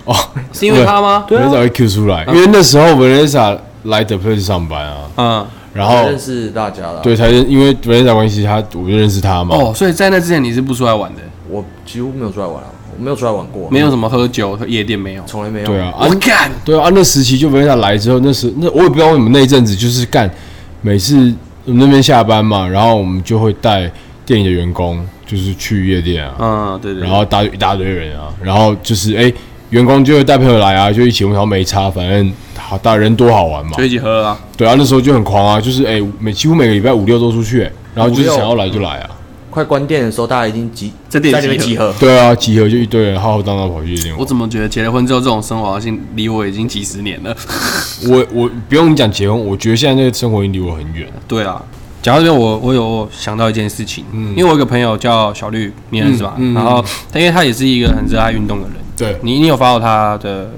哦，
是因为他吗？
啊
很少会 Q 出来，因为那时候 Vanessa 来 The Place 上班啊，
嗯，
然
才
后
认识大家了。
对，才认因为 Vanessa 关系，他我就认识他嘛，
哦，所以在那之前你是不出来玩的，
我几乎没有出来玩了，我没有出来玩过，
没有，什么喝酒、夜店没有。
从来没有。
对啊，啊
我干，
对啊，那时期就 Vanessa 来之后，那时那我也不知道为什么那一阵子就是干，每次我们那边下班嘛，然后我们就会带店里的员工就是去夜店啊，
嗯，对对。对
然后搭一大堆人啊，然后就是哎、员工就会带朋友来啊，就一起，然后没差，反正好大人多好玩嘛
就。一起喝啊。
对啊，那时候就很狂啊，就是哎、每几乎每个礼拜五六都出去、哎然后就是
五六
想要来就来啊。
快关店的时候，大家已经集
在店里
在那边集合，
对啊，集合就一堆人浩浩荡荡跑去夜店
我
玩。
怎么觉得结了婚之后这种生活好像离我已经几十年了？
我我不用你讲结婚，我觉得现在这个生活已经离我很远。
对啊，讲到这边，我我有想到一件事情，
嗯
因为我有个朋友叫小绿，你认识吧？
嗯嗯
然后他因为他也是一个很热爱运动的人，
对，
你你有 follow 他的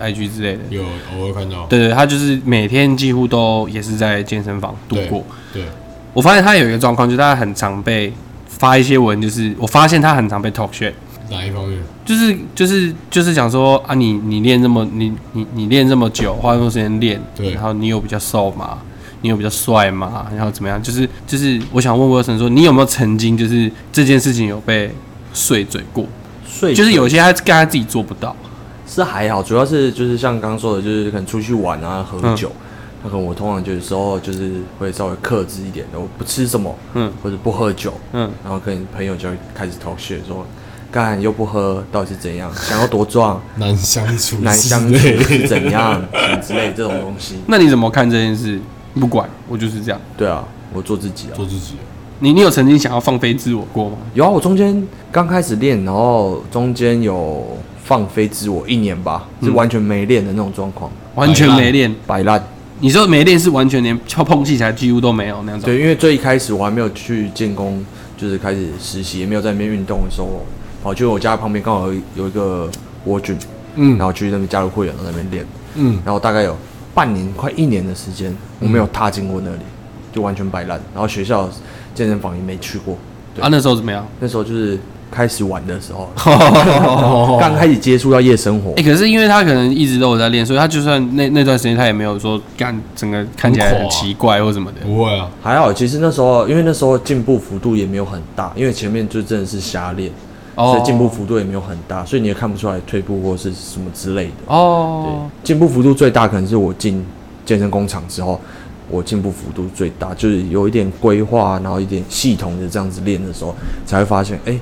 IG 之类的？
有偶尔看到。
对对，他就是每天几乎都也是在健身房度过。
对，
我发现他有一个状况，就是他很常被发一些文，就是我发现他很常被 talk shit。
哪一方面？
就是就是就是想说啊你，你练这么你你你练这么久，花那么多时间练，
对
然后你有比较瘦吗？你有比较帅吗？然后怎么样？就是就是，我想问 Wilson 说，你有没有曾经就是这件事情有被碎嘴过？
睡
就是有些他干他自己做不到，
是还好，主要是就是像刚刚说的，就是可能出去玩啊，喝
嗯
酒，那、可能我通常就有时候就是会稍微克制一点，我不吃什么，
嗯
或者不喝酒，
嗯，
然后跟朋友就会开始 talk shit 说，干又不喝，到底是怎样？想要 多壮，
难相处，
难相处是 怎样什么之类这种东西。
那你怎么看这件事？不管我就是这样。
对啊，我做自己啊
做。自己。
你你有曾经想要放飞自我过吗？
有啊，我中间刚开始练，然后中间有
嗯
哎
放飞自我一年吧，是完全没练的那种状况，
完全没练，
嗯
摆烂。
你说没练是完全连碰碰器材几乎都没有那种。
对，因为最一开始我还没有去建工，就是开始实习，也没有在那边运动的时候，跑去我家旁边刚好有有一个蜗菌，
嗯
然后去那边加入会员，然后在那边练，
嗯，
然后大概有半年快一年的时间，我没有踏进过那里，就完全摆烂，然后学校健身房也没去过，对
啊，那时候怎么样？
那时候就是开始玩的时候，
哦
刚开始接触到夜生活
哎、，可是因为他可能一直都有在练，所以他就算那那段时间他也没有说干整个看起来
很
很
垮啊
奇怪或什么的。
不会啊，
还好，其实那时候因为那时候进步幅度也没有很大，因为前面就真的是瞎练，
哦
所以进步幅度也没有很大，所以你也看不出来退步或是什么之类的。
哦，
对，进步幅度最大可能是我进健身工厂之后，我进步幅度最大，就是有一点规划，然后一点系统的这样子练的时候，才会发现，哎、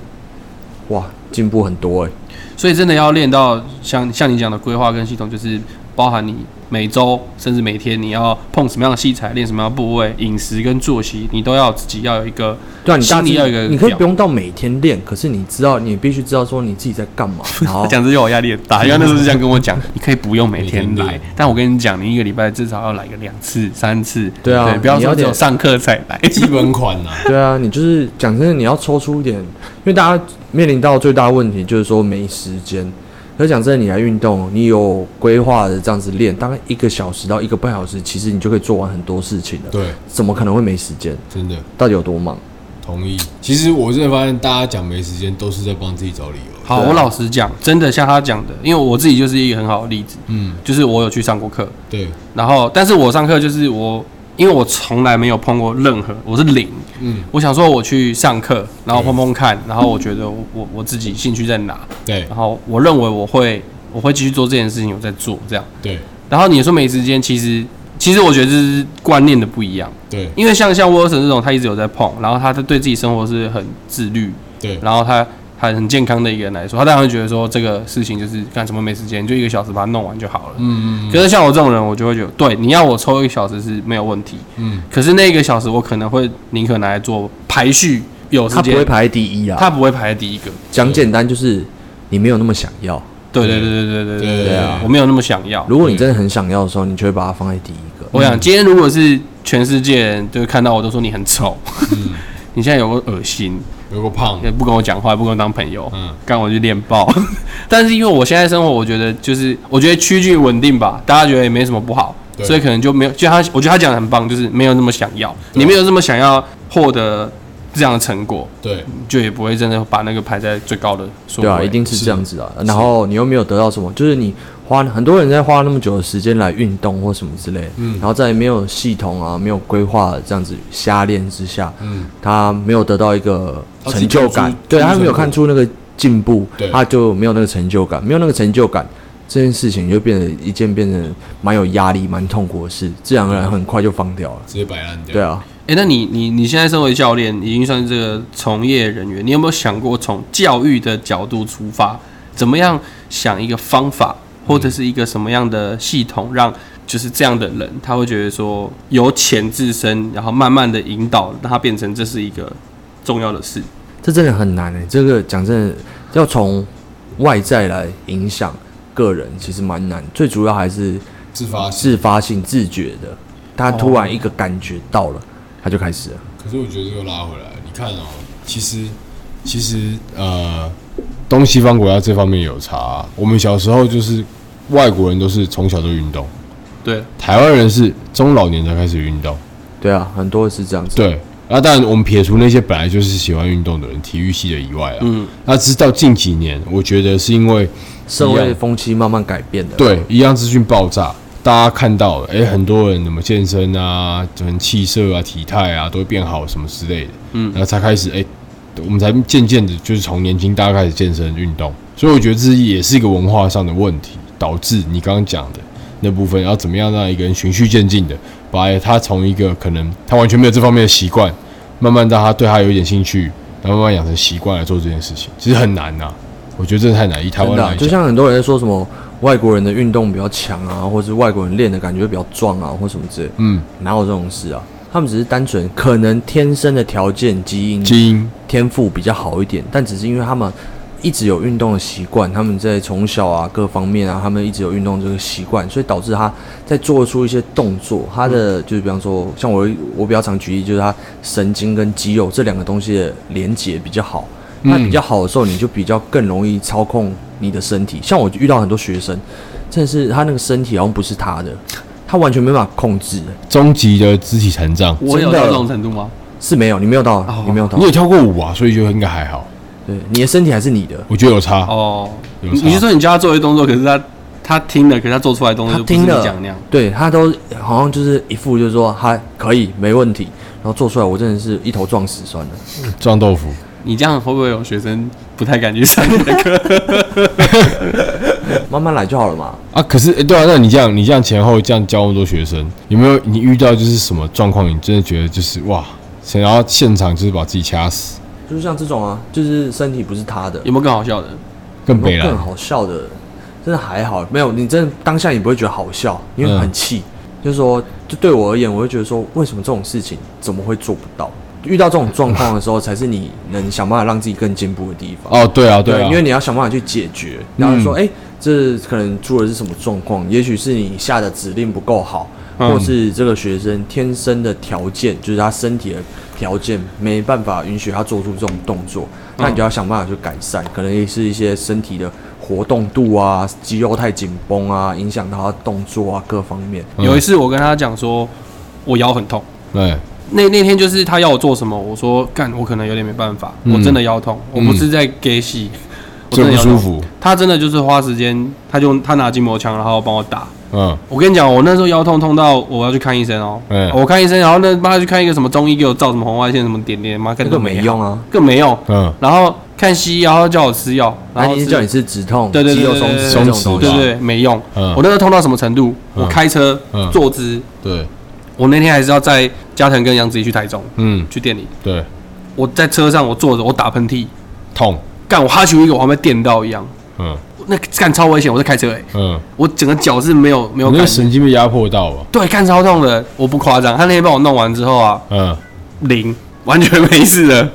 哇，进步很多哎、
所以真的要练到像像你讲的规划跟系统，就是包含你每周甚至每天你要碰什么样的器材，练什么样的部位，饮食跟作息，你都要自己要有一个
对啊，你大
心
致
里要有一个
你可以
表
不用到每天练，可是你知道，你必须知道说你自己在干嘛，然 后
他讲这句话我压力很大，因为他那时候是这样跟我讲，你可以不用每天
每天
来
练，
但我跟你讲，你一个礼拜至少要来个两次、三次，
对啊
不要
你要
说只有
点
上课才来。
基本款呐、啊，
对啊，你就是讲真的，你要抽出一点，因为大家面临到最大的问题就是说没时间。可是讲真的，你来运动，你有规划的这样子练，大概一个小时到一个半小时，其实你就可以做完很多事情了。
对，
怎么可能会没时间？
真的
到底有多忙？
同意。其实我真的发现，大家讲没时间都是在帮自己找理由。
好，
对啊
我老实讲，真的像他讲的，因为我自己就是一个很好的例子，
嗯，
就是我有去上过课，
对，
然后但是我上课就是我，因为我从来没有碰过任何，我是零，
嗯，
我想说我去上课，然后碰碰看，然后我觉得我我我自己兴趣在哪，
对
然后我认为我会我会继续做这件事情，我在做这样。
对
然后你说没时间，其实其实我觉得这是观念的不一样，
对
因为像像沃森这种，他一直有在碰，然后他对自己生活是很自律，
对
然后他他很健康的一个人来说，他当然会觉得说这个事情就是干什么没时间，就一个小时把它弄完就好了。
嗯嗯
可是像我这种人，我就会觉得，对，你要我抽一个小时是没有问题，
嗯，
可是那一个小时我可能会宁可拿来做排序，有时
他不会
间
排第一啊。
他不会排在第一个。
讲简单就是，你没有那么想要。
对对对对对对
对
对
啊，
我没有那么想要。
嗯如果嗯你真的很想要的时候，你就会把它放在第一个。
我想今天如果是全世界人都看到我都说你很丑，
嗯
你现在有个恶心，
有个胖，
也不跟我讲话，也不跟我当朋友，
嗯，
干我就练爆。 但是因为我现在生活，我觉得就是我觉得趋近稳定吧，大家觉得也没什么不好，
对
所以可能就没有。就他，我觉得他讲的很棒，就是没有那么想要，你没有那么想要获得这样的成果，
对
就也不会真的把那个排在最高的数
对啊，
位
一定是这样子啊。然后你又没有得到什么，就是你花很多人在花那么久的时间来运动或什么之类的，
嗯
然后在没有系统啊、没有规划的这样子瞎练之下，
嗯
他没有得到一个
他自己
成就感
看出，
对
看
他
出
没有
成果
看出那个进步
对，
他就没有那个成就感，没有那个成就感。这件事情就变得一件变得蛮有压力、蛮痛苦的事，自然而然很快就放掉了。
直接摆烂掉。
对啊，
哎、那你你你现在身为教练，已经算是这个从业人员，你有没有想过从教育的角度出发，怎么样想一个方法，或
嗯
者是一个什么样的系统，让就是这样的人，他会觉得说由浅至深，然后慢慢的引导，让他变成这是一个重要的事。
这真的很难诶、这个讲真的，要从外在来影响个人，其实蛮难。最主要还是
自发性。
自发性、自觉的。他突然一个感觉到了，他就开始了。
可是我觉得这个拉回来，你看哦，其实其实呃，东西方国家这方面有差啊、我们小时候就是外国人都是从小都运动，
对，
台湾人是中老年才开始运动。
对啊，很多是这样子。
对，那当然我们撇除那些本来就是喜欢运动的人，体育系的以外啊，
嗯，
那直到近几年，我觉得是因为
社
一
会
样
风气慢慢改变的。
对，一样资讯爆炸，大家看到了，哎、很多人怎么健身啊，什么气色啊、体态啊，都会变好什么之类的，
嗯
然后才开始，哎、我们才渐渐的，就是从年轻大家开始健身运动，所以我觉得这也是一个文化上的问题，导致你刚刚讲的那部分，要怎么样让一个人循序渐进的，把他从一个可能他完全没有这方面的习惯，慢慢让他对他有一点兴趣，然后慢慢养成习惯来做这件事情，其实很难呐、啊我觉得真的太难，以台湾
真的啊、
来
就
讲，
像很多人在说什么外国人的运动比较强啊，或是外国人练的感觉比较壮啊，或什么之类，
嗯，
哪有这种事啊？他们只是单纯可能天生的条件、基因、
基因，
天赋比较好一点，但只是因为他们一直有运动的习惯，他们在从小啊各方面啊，他们一直有运动这个习惯，所以导致他在做出一些动作，他的、就是比方说，像我我比较常举例，就是他神经跟肌肉这两个东西的连接比较好。那比较好的时候，你就比较更容易操控你的身体。像我遇到很多学生，真的是他那个身体好像不是他的，他完全没办法控制。
终极的肢体残障。
我有
真
到
的
这种程度吗？
是没有，你没有到，
哦
你没有到
你，有跳过舞啊，所以就应该还好。
对，你的身体还是你的。
我觉得有差，
哦，
有
你
差
你是说你教他做一些动作，可是他他听了，可是他做出来的动作
他
就不是
听
你
了
讲的那样。
对他都好像就是一副就是说他可以没问题，然后做出来我真的是一头撞死算了。
撞豆腐。
你这样会不会有学生不太敢去上你的课？
慢慢来就好了嘛。
啊，可是、诶对啊，那你这样，你这样前后这样教那么多学生，有没有你遇到就是什么状况？你真的觉得就是哇，想要现场就是把自己掐死，
就是像这种啊，就是身体不是他的，
有没有更好笑的？
更
没
悲
有
了
更。好笑的，真的还好，没有你真的当下你不会觉得好笑，因为很气。就是说，就对我而言，我会觉得说，为什么这种事情怎么会做不到？遇到这种状况的时候，才是你能想办法让自己更进步的地方。
哦，对啊，对啊，
因为你要想办法去解决，然后说，哎、这可能出了是什么状况？也许是你下的指令不够好，
嗯
或是这个学生天生的条件，就是他身体的条件没办法允许他做出这种动作，
嗯
那你就要想办法去改善，可能也是一些身体的活动度啊，肌肉太紧绷啊，影响到他动作啊各方面。
嗯
有一次我跟他讲说，我腰很痛。
对，
那那天就是他要我做什么，我说干，我可能有点没办法，
嗯
我真的腰痛，我不是在给戏，我
最
真的
不
腰
舒
痛。
服。
他真的就是花时间，他就他拿筋膜枪，然后帮我打。
嗯，
我跟你讲，我那时候腰痛痛到我要去看医生哦、
嗯
我看医生，然后那妈去看一个什么中医，给我照什么红外线什么点点，妈根
这
本
个
就
没
好，
用啊，
更没用。
嗯，
然后看西医，然后叫我吃药，然
那
啊
后
你是
吃
叫你吃止痛、
对对
肌
对
肉
对
松
对
弛
对
这种
松
东
弛
西
对
吧
对，没用。
嗯
我那时候痛到什么程度？
嗯
我开车
嗯
坐姿，
对，
我那天还是要在嘉诚跟杨子怡去台中
嗯，
去店里，
对，
我在车上我坐着，我打喷嚏，
痛，
干我哈啾一个，我还被电到一样，
嗯
那干超危险，我在开车哎、
嗯，
我整个脚是没有没有
你
感
那个
觉，
神经被压迫到啊吧？
对，干超痛的，我不夸张，他那天帮我弄完之后啊，
嗯，
零。完全没事了，
哦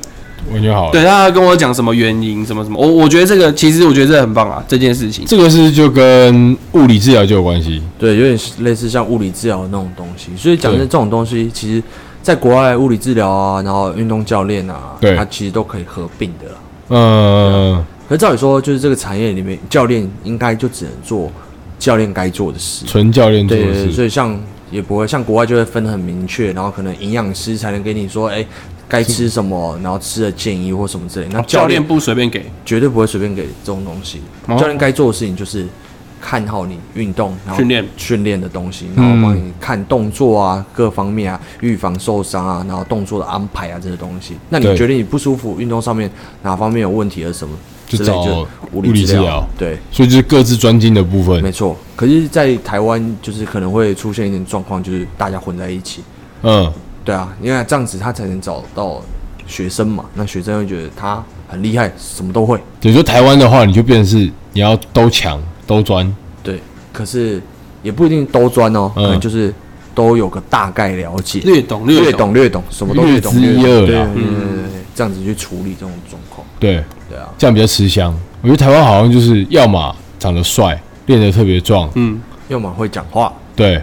完全好啊 了。
对，他跟我讲什么原因，什么什么，我我觉得这个其实我觉得这很棒啊，这件事情，
这个是就跟物理治疗就有关系。
对，有点类似像物理治疗的那种东西。所以讲真，
对
这种东西其实在国外物理治疗啊，然后运动教练啊，
对
它其实都可以合并的啦。
嗯，
可是照理说，就是这个产业里面，教练应该就只能做教练该做的事。
纯教练做
对
的
对，
事，
所以像也不会像国外就会分得很明确，然后可能营养师才能给你说，哎，该吃什么，然后吃的建议或什么之类。
哦
那
教
教练
练不随便给，
绝对不会随便给这种东西。
哦
教练该做的事情就是看好你运动，然后
训练
训练的东西，
嗯
然后帮你看动作啊，各方面啊，预防受伤啊，然后动作的安排啊这些东西。那你
对
觉得你不舒服，运动上面哪方面有问题了什么之
就
类，
找
就物
物理
理
治
治疗
疗。
对，
所以就是各自专精的部分
没。错。可是，在台湾就是可能会出现一点状况，就是大家混在一起。
嗯，
对啊，因为这样子他才能找到学生嘛。那学生会觉得他很厉害，什么都会。
对，就台湾的话，你就变成是你要都强都专。
对，可是也不一定都专哦，
嗯
可能就是都有个大概了解，
略懂
略
略懂，
懂略懂，什么都略懂
略
略
知
懂，
一二
对对
啦
对对对，这样子去处理这种状况，
对，
对啊，
这样比较吃香。我觉得台湾好像就是要么长得帅，练得特别壮，
嗯，
要么会讲话，
对，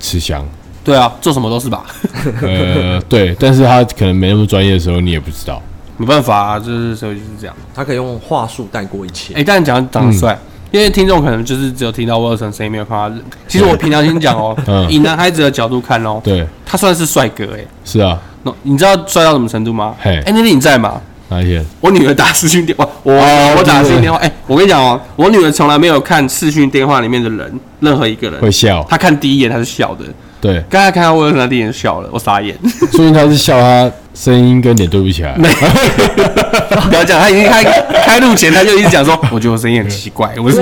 吃香。
对啊，做什么都是吧，
呃， 对，但是他可能没那么专业的时候，你也不知道。
没办法、啊，就是所以就是这样。
他可以用话术带过一切
哎、。但讲长得
嗯
帅，因为听众可能就是只有听到 Wilson 声音，没有看到他人。其实我平常心讲哦、
嗯
以男孩子的角度看哦、
对，
他算是帅哥哎、
是啊，
那你知道帅到什么程度吗？
嘿
哎、那天你在吗？
哪一天？
我女儿打视讯电话，我、
哦
我打视讯电话，哎、我跟你讲哦、我女儿从来没有看视讯电话里面的人，任何一个
会
人，
笑，
她看第一眼她是笑的，
对，
刚才看到 Wilson 她第一眼就笑了，我傻眼。
说明他是笑他声音跟脸对不起来。
不要讲，他已经开开录前他就一直讲说，我觉得我声音很奇怪，我是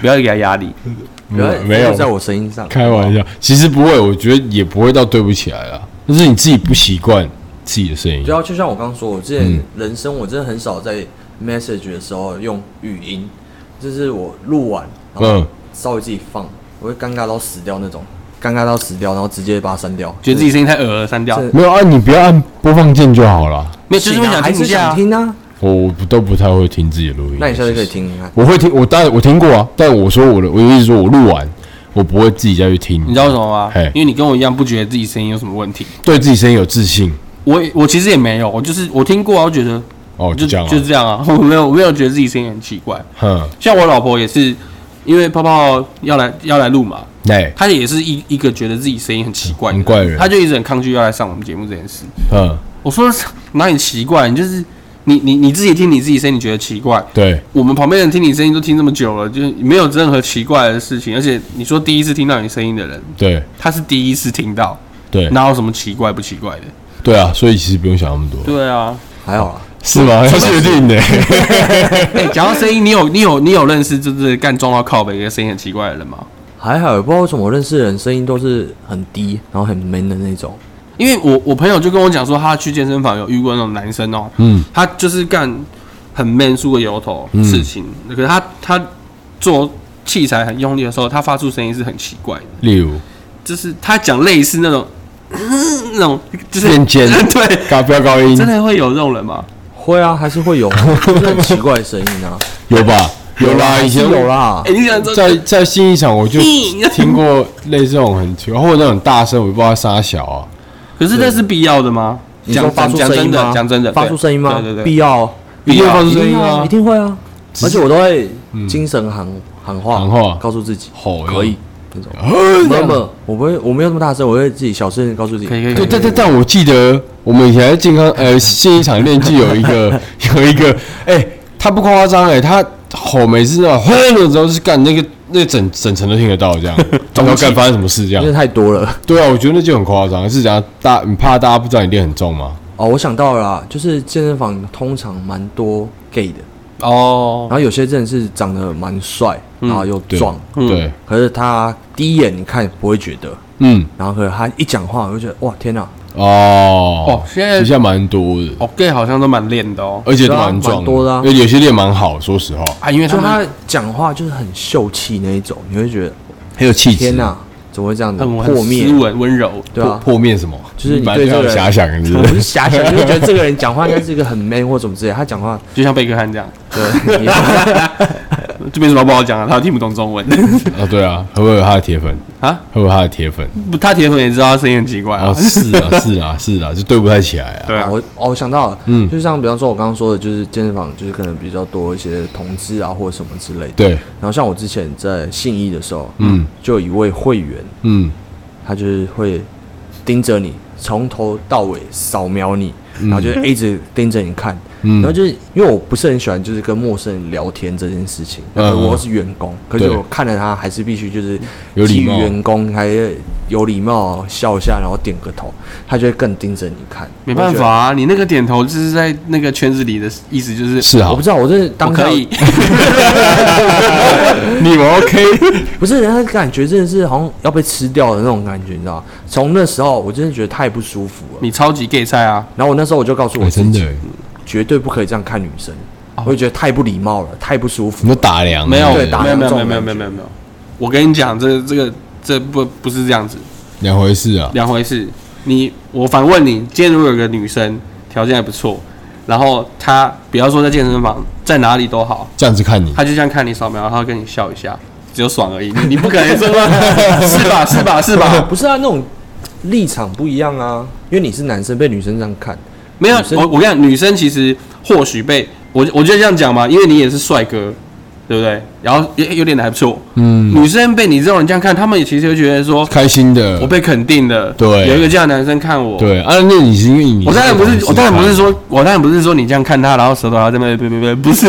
不要给他压力。
不要
没有
在我声音上，
开玩笑，其实不会，我觉得也不会到对不起来啦，就是你自己不习惯自己的声音
对。啊，就像我刚刚说，我之
嗯
前人生我真的很少在 message 的时候用语音，就是我录完，然后
嗯
稍微自己放，我会尴尬到死掉那种，尴尬到死掉，然后直接把它删掉，
觉得自己声音太耳了，删掉。
这
没
啊没有按，你不要按播放键就好了。
有，就是会想
还
听
是
一下
想
啊。
听啊，
我我不都不太会听自己的录音。
那你下次可以
其实。
听听看。
我会听，我当然我听过啊，但我说我的，我一直说我录完，我不会自己再去听。
你知道为什么吗
嘿？
因为你跟我一样不觉得自己声音有什么问题。
对自己声音有自信
我也我其实也没有，我就是我听过啊，我觉得
哦，
就
就这样、啊，
就是这样啊，我 没有我没有觉得自己声音很奇怪。
哼，
像我老婆也是，因为泡泡要来要来录嘛，
哎，
她也是一一个觉得自己声音很奇怪的
嗯很怪人
她就一直很抗拒要来上我们节目这件事。
哼，
我说哪里奇怪？你就是你你你自己听你自己声音，你觉得奇怪。
对，
我们旁边人听你声音都听这么久了，就是没有任何奇怪的事情。而且你说第一次听到你声音的人，
对，
他是第一次听到，
对，
哪有什么奇怪不奇怪的？
对啊，所以其实不用想那么多，
对啊，
还好啦，
是吗？要 确定 的，
哎、讲到声音，你有你有你有认识就是干撞到靠北一个声音很奇怪的人吗？
还好，也不知道为什么我认识的人声音都是很低，然后很 man 的那种。
因为我我朋友就跟我讲说，他去健身房有遇过那种男生哦、
嗯，
他就是干很 man 梳个油头
嗯
事情，可是他他做器材很用力的时候，他发出声音是很奇怪的，
例如，
就是他讲类似那种 那种就是
变尖
对，
高不要高音
嗯
真，的会有这种人吗？
会啊，还是会 有就是很奇怪的声音啊，
有吧？有啦，
还
以
是
前
有啦
哎、。你想说
在在新一场我就
你
听过类似这种很奇怪，或者那种大声，我也不知道它沙小啊，
可是那是必要的吗？
你说
讲
发
讲
出
讲
声音
真
吗？
的，讲真的，
发出声音吗？
对对对，
必要，
必要
发出
一
声
定
音
啊，
啊
一，定会啊。而且我都会
嗯
精神喊喊话，
喊话
告诉自己
吼
可以那种。
这
没有
样
没有，我不会，我没有那么大声，我会自己小声地告诉自己。
可以可以可
对，
以。
但但但我记得我们以前在健康呃新一场练技有一个有一个，哎、他不夸张哎，他吼每次啊吼的时候是干那个那整整层都听得到这样，然后干发生什么事这
因为
样。
太多了。
对啊，我觉得那就很夸张，是讲大你怕大家不知道你练很重吗？
哦，我想到了啦，就是健身房通常蛮多 gay 的，
哦
然，后有些真的是长得蛮帅，然后又
对
壮，
嗯
对，
可是他第一眼你看不会觉得，
嗯，
然后可是他一讲话，我就觉得哇天哪、
哦
哦，现在
比较蛮多的，
哦，gay 好像都蛮练的哦，
而且都
对啊
蛮壮
蛮多的啊
有有些练蛮好，说实话，
啊，因为他
就
们
他讲话就是很秀气那一种，你会觉得
很有气质。
天哪、怎么会这样子
很
破
很斯
灭？
文温柔，
对啊，
破破面什么？
就是你
蛮
对这个人
遐想的，是不
我是
是？
遐想，就是觉得这个人讲话应该是一个很 man 或什么之类的，他讲话
就像贝克汉这样，
对，
啊
也
这边什么不好讲啊，他听不懂 中文
啊，对啊，会不会有他的铁粉？
啊，
会不会有他的铁粉？
不，他铁粉也知道他声音很奇怪
啊，
啊，
是 啊，是啊，是啊，就对不太起来啊。
对啊，
我哦哦，我想到了，
嗯
嗯，就像比方说我刚刚说的，就是健身房，就是可能比较多一些同志啊或者什么之类的。
对，
然后像我之前在信义的时候，
嗯
嗯，就有一位会员，
嗯，
他就是会盯着你，从头到尾扫描你，然后就一直盯着你看。
嗯
然后就是因为我不是很喜欢就是跟陌生人聊天这件事情，
嗯
然后我又是员工，可是
对
我看着他还是必须就是
有礼
基于
貌
员工还有礼貌笑一下，然后点个头，他就会更盯着你看。
没办法啊，你那个点头就是在那个圈子里的意思就是
是啊
我不，知道，我真的
我
当下
可以，
你们 OK？
不是，那感觉真的是好像要被吃掉的那种感觉，你知道吗？从那时候我真的觉得太不舒服了。
你超级 gay 菜啊，
然后我那时候我就告诉我
哎
自
真的
己，
欸，
绝对不可以这样看女生，
哦
我就觉得太不礼貌了，太不舒服
你
了
们。打量啊
没有，
对
没
打
有，
量
没有，
这
没有，
种
没有，没有，
感
没有，没有，我跟你讲，这这个这不不是这样子，
两回事啊。
两回事。你我反问你，今天如果有个女生条件还不错，然后她比方说在健身房，在哪里都好，
这样子看 你，
他就这样看你扫描，然后跟你笑一下，只有爽而 已。你你不可能说 是吧？是吧？是吧？
不是啊，那种立场不一样啊，因为你是男生被女生这样看，
没有，
女生
我我跟你讲，女生其实或许被我我觉得这样讲嘛，因为你也是帅哥，对不对？然后也有点还不错。
嗯，
女生被你这种人这样看，他们也其实会觉得说，
开心的
我。被肯定了。
对
有一个这样的男生看我。
对啊，那你是因为你，
我当然不是，我当然不是，说，我当然不是说你这样看他，然后舌头还要在那边，不不不，不是，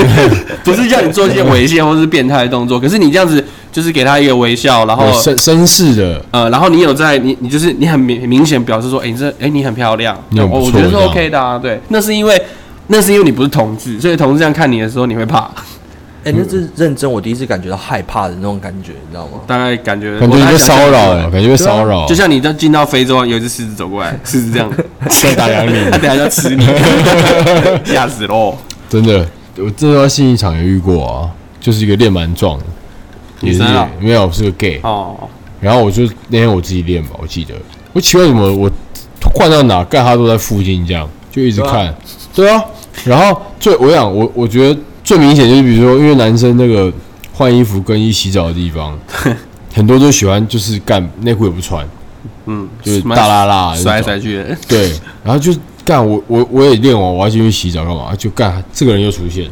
不是叫你做一些猥亵或是变态的动作。可是你这样子，就是给他一个微笑，然后
有绅绅士的，
呃，然后你有在你你就是你很明明显表示说，哎、你这哎、你很漂亮，
你很
我
不
我
错
觉得是
这样
OK 的啊，对，那是因为那是因为你不是同志，所以同志这样看你的时候你会怕，
哎、那是认真，我第一次感觉到害怕的那种感觉，你知道 吗？
大概感觉
感觉
我
你
大概
被
想
骚
象得
扰
出来
了，感觉
啊
被骚扰，
就像你到进到非洲，有一只狮子走过来，狮子这样，
在打量你
它，等下就要吃你，吓死喽！
真的。我这到新一场也遇过啊，就是一个练蛮壮的，
女生啊
也是没有是个 gay，
哦，
然后我就那天我自己练吧，我记得，我奇怪怎么我换到哪干他都在附近这样，就一直看，对啊，然后最我想我我觉得最明显就是比如说，因为男生那个换衣服、更衣、洗澡的地 方，很多都喜欢就是干内裤也不穿，
嗯，
就是大拉拉
甩来
那种
甩去的，
对，然后就干我我我也练完，我要进去洗澡干嘛？就干这个人又出现，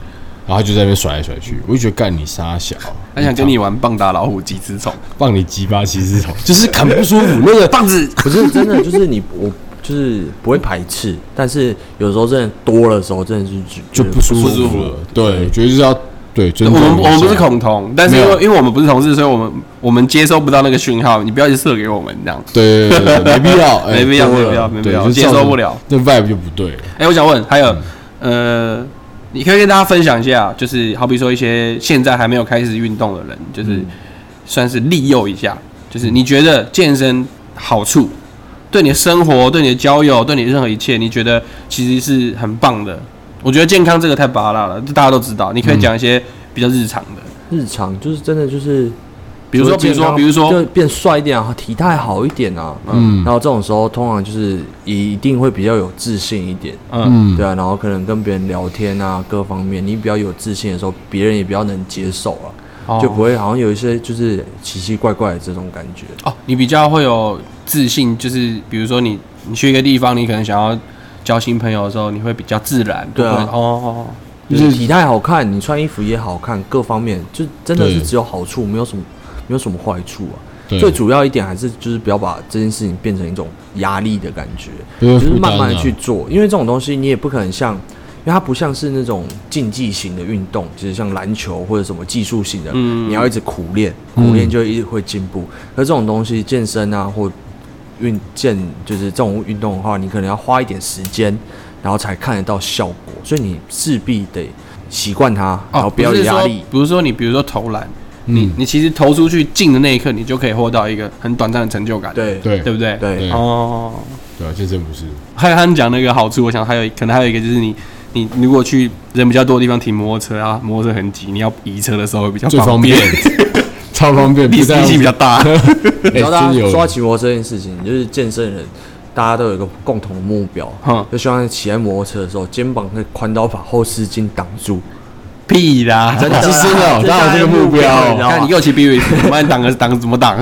然后他就在那边甩来甩去，我就觉得干你傻小，啊
他想跟你玩棒打老虎鸡之 虫，
棒你鸡巴其实就是很不舒服，那个
棒子
不是真的，就是你我就是不会排斥，但是有时候真的多的时候，真的是觉
就
觉得
不舒
不舒服
服了。对，觉得就是要对尊
我
重一下。
们我们不是恐同，但是因
没
为
有
因为我们不是同事，所以我们我们接收不到那个讯号，你不要去射给我们这样，
对对对，对没 必要，哎
没必要，
多
没
了
必要，没必
对
要，
就
接
造成
收不了。
那 vibe 就不对了。
哎、我想问，还有，呃，你可以跟大家分享一下，就是好比说一些现在还没有开始运动的人，就是算是利诱一下，就是你觉得健身好处对你的生活、对你的交友、对你任何一切，你觉得其实是很棒的。我觉得健康这个太拔辣了，这大家都知道。你可以讲一些比较日常的，
日常就是真的就是，
比如说，比如说，比如
就
说，
变帅一点啊，体态好一点啊，
嗯
然后这种时候通常就是一定会比较有自信一点，
嗯，
嗯
对，啊，然后可能跟别人聊天啊，各方面你比较有自信的时候，别人也比较能接受了、
哦
就不会好像有一些就是奇奇怪怪的这种感觉。
哦，你比较会有自信，就是比如说你你去一个地方，你可能想要交新朋友的时候，你会比较自然，
对啊
不会哦哦，哦
就
就是是体态好看，你穿衣服也好看，各方面就真的
对
是只有好处，没有什么没有什么坏处啊。
对
最主要一点还是就是不要把这件事情变成一种压力的感觉，
不要
就是
负担啊
慢慢的去做，因为这种东西你也不可能像，因为它不像是那种竞技型的运动，就是像篮球或者什么技术型的，
嗯
你要一直苦练，苦练就一直会进步。而这种东西健身啊或运健就是这种运动的话，你可能要花一点时间，然后才看得到效果，所以你势必得习惯它，然后
哦，
不要有
是
压
说
力。，
不是说你比如说投篮，
嗯
你你其实投出去进的那一刻，你就可以获到一个很短暂的成就感，
对
对
对不对？
对
对
哦，
对啊，健身不是
还有他们讲那个好处，我想还有可能还有一个就是你。你如果去人比较多的地方停摩托车啊，摩托车很挤，你要移车的时候会比较
最 方便，超方便，
力
不但
力气比较大。
哎
你知道大
真的
家
有
说到骑摩托车这件事情，就是健身人，大家都有一个共同的目标，
哼
就希望骑在摩托车的时候，肩膀可以宽到把后视镜挡 住。
哦屁 啦，
真的
是真的哦，
这
当然这个
大家
目
目标你知
标
道，
看你又骑 B V，我帮你挡个挡怎么挡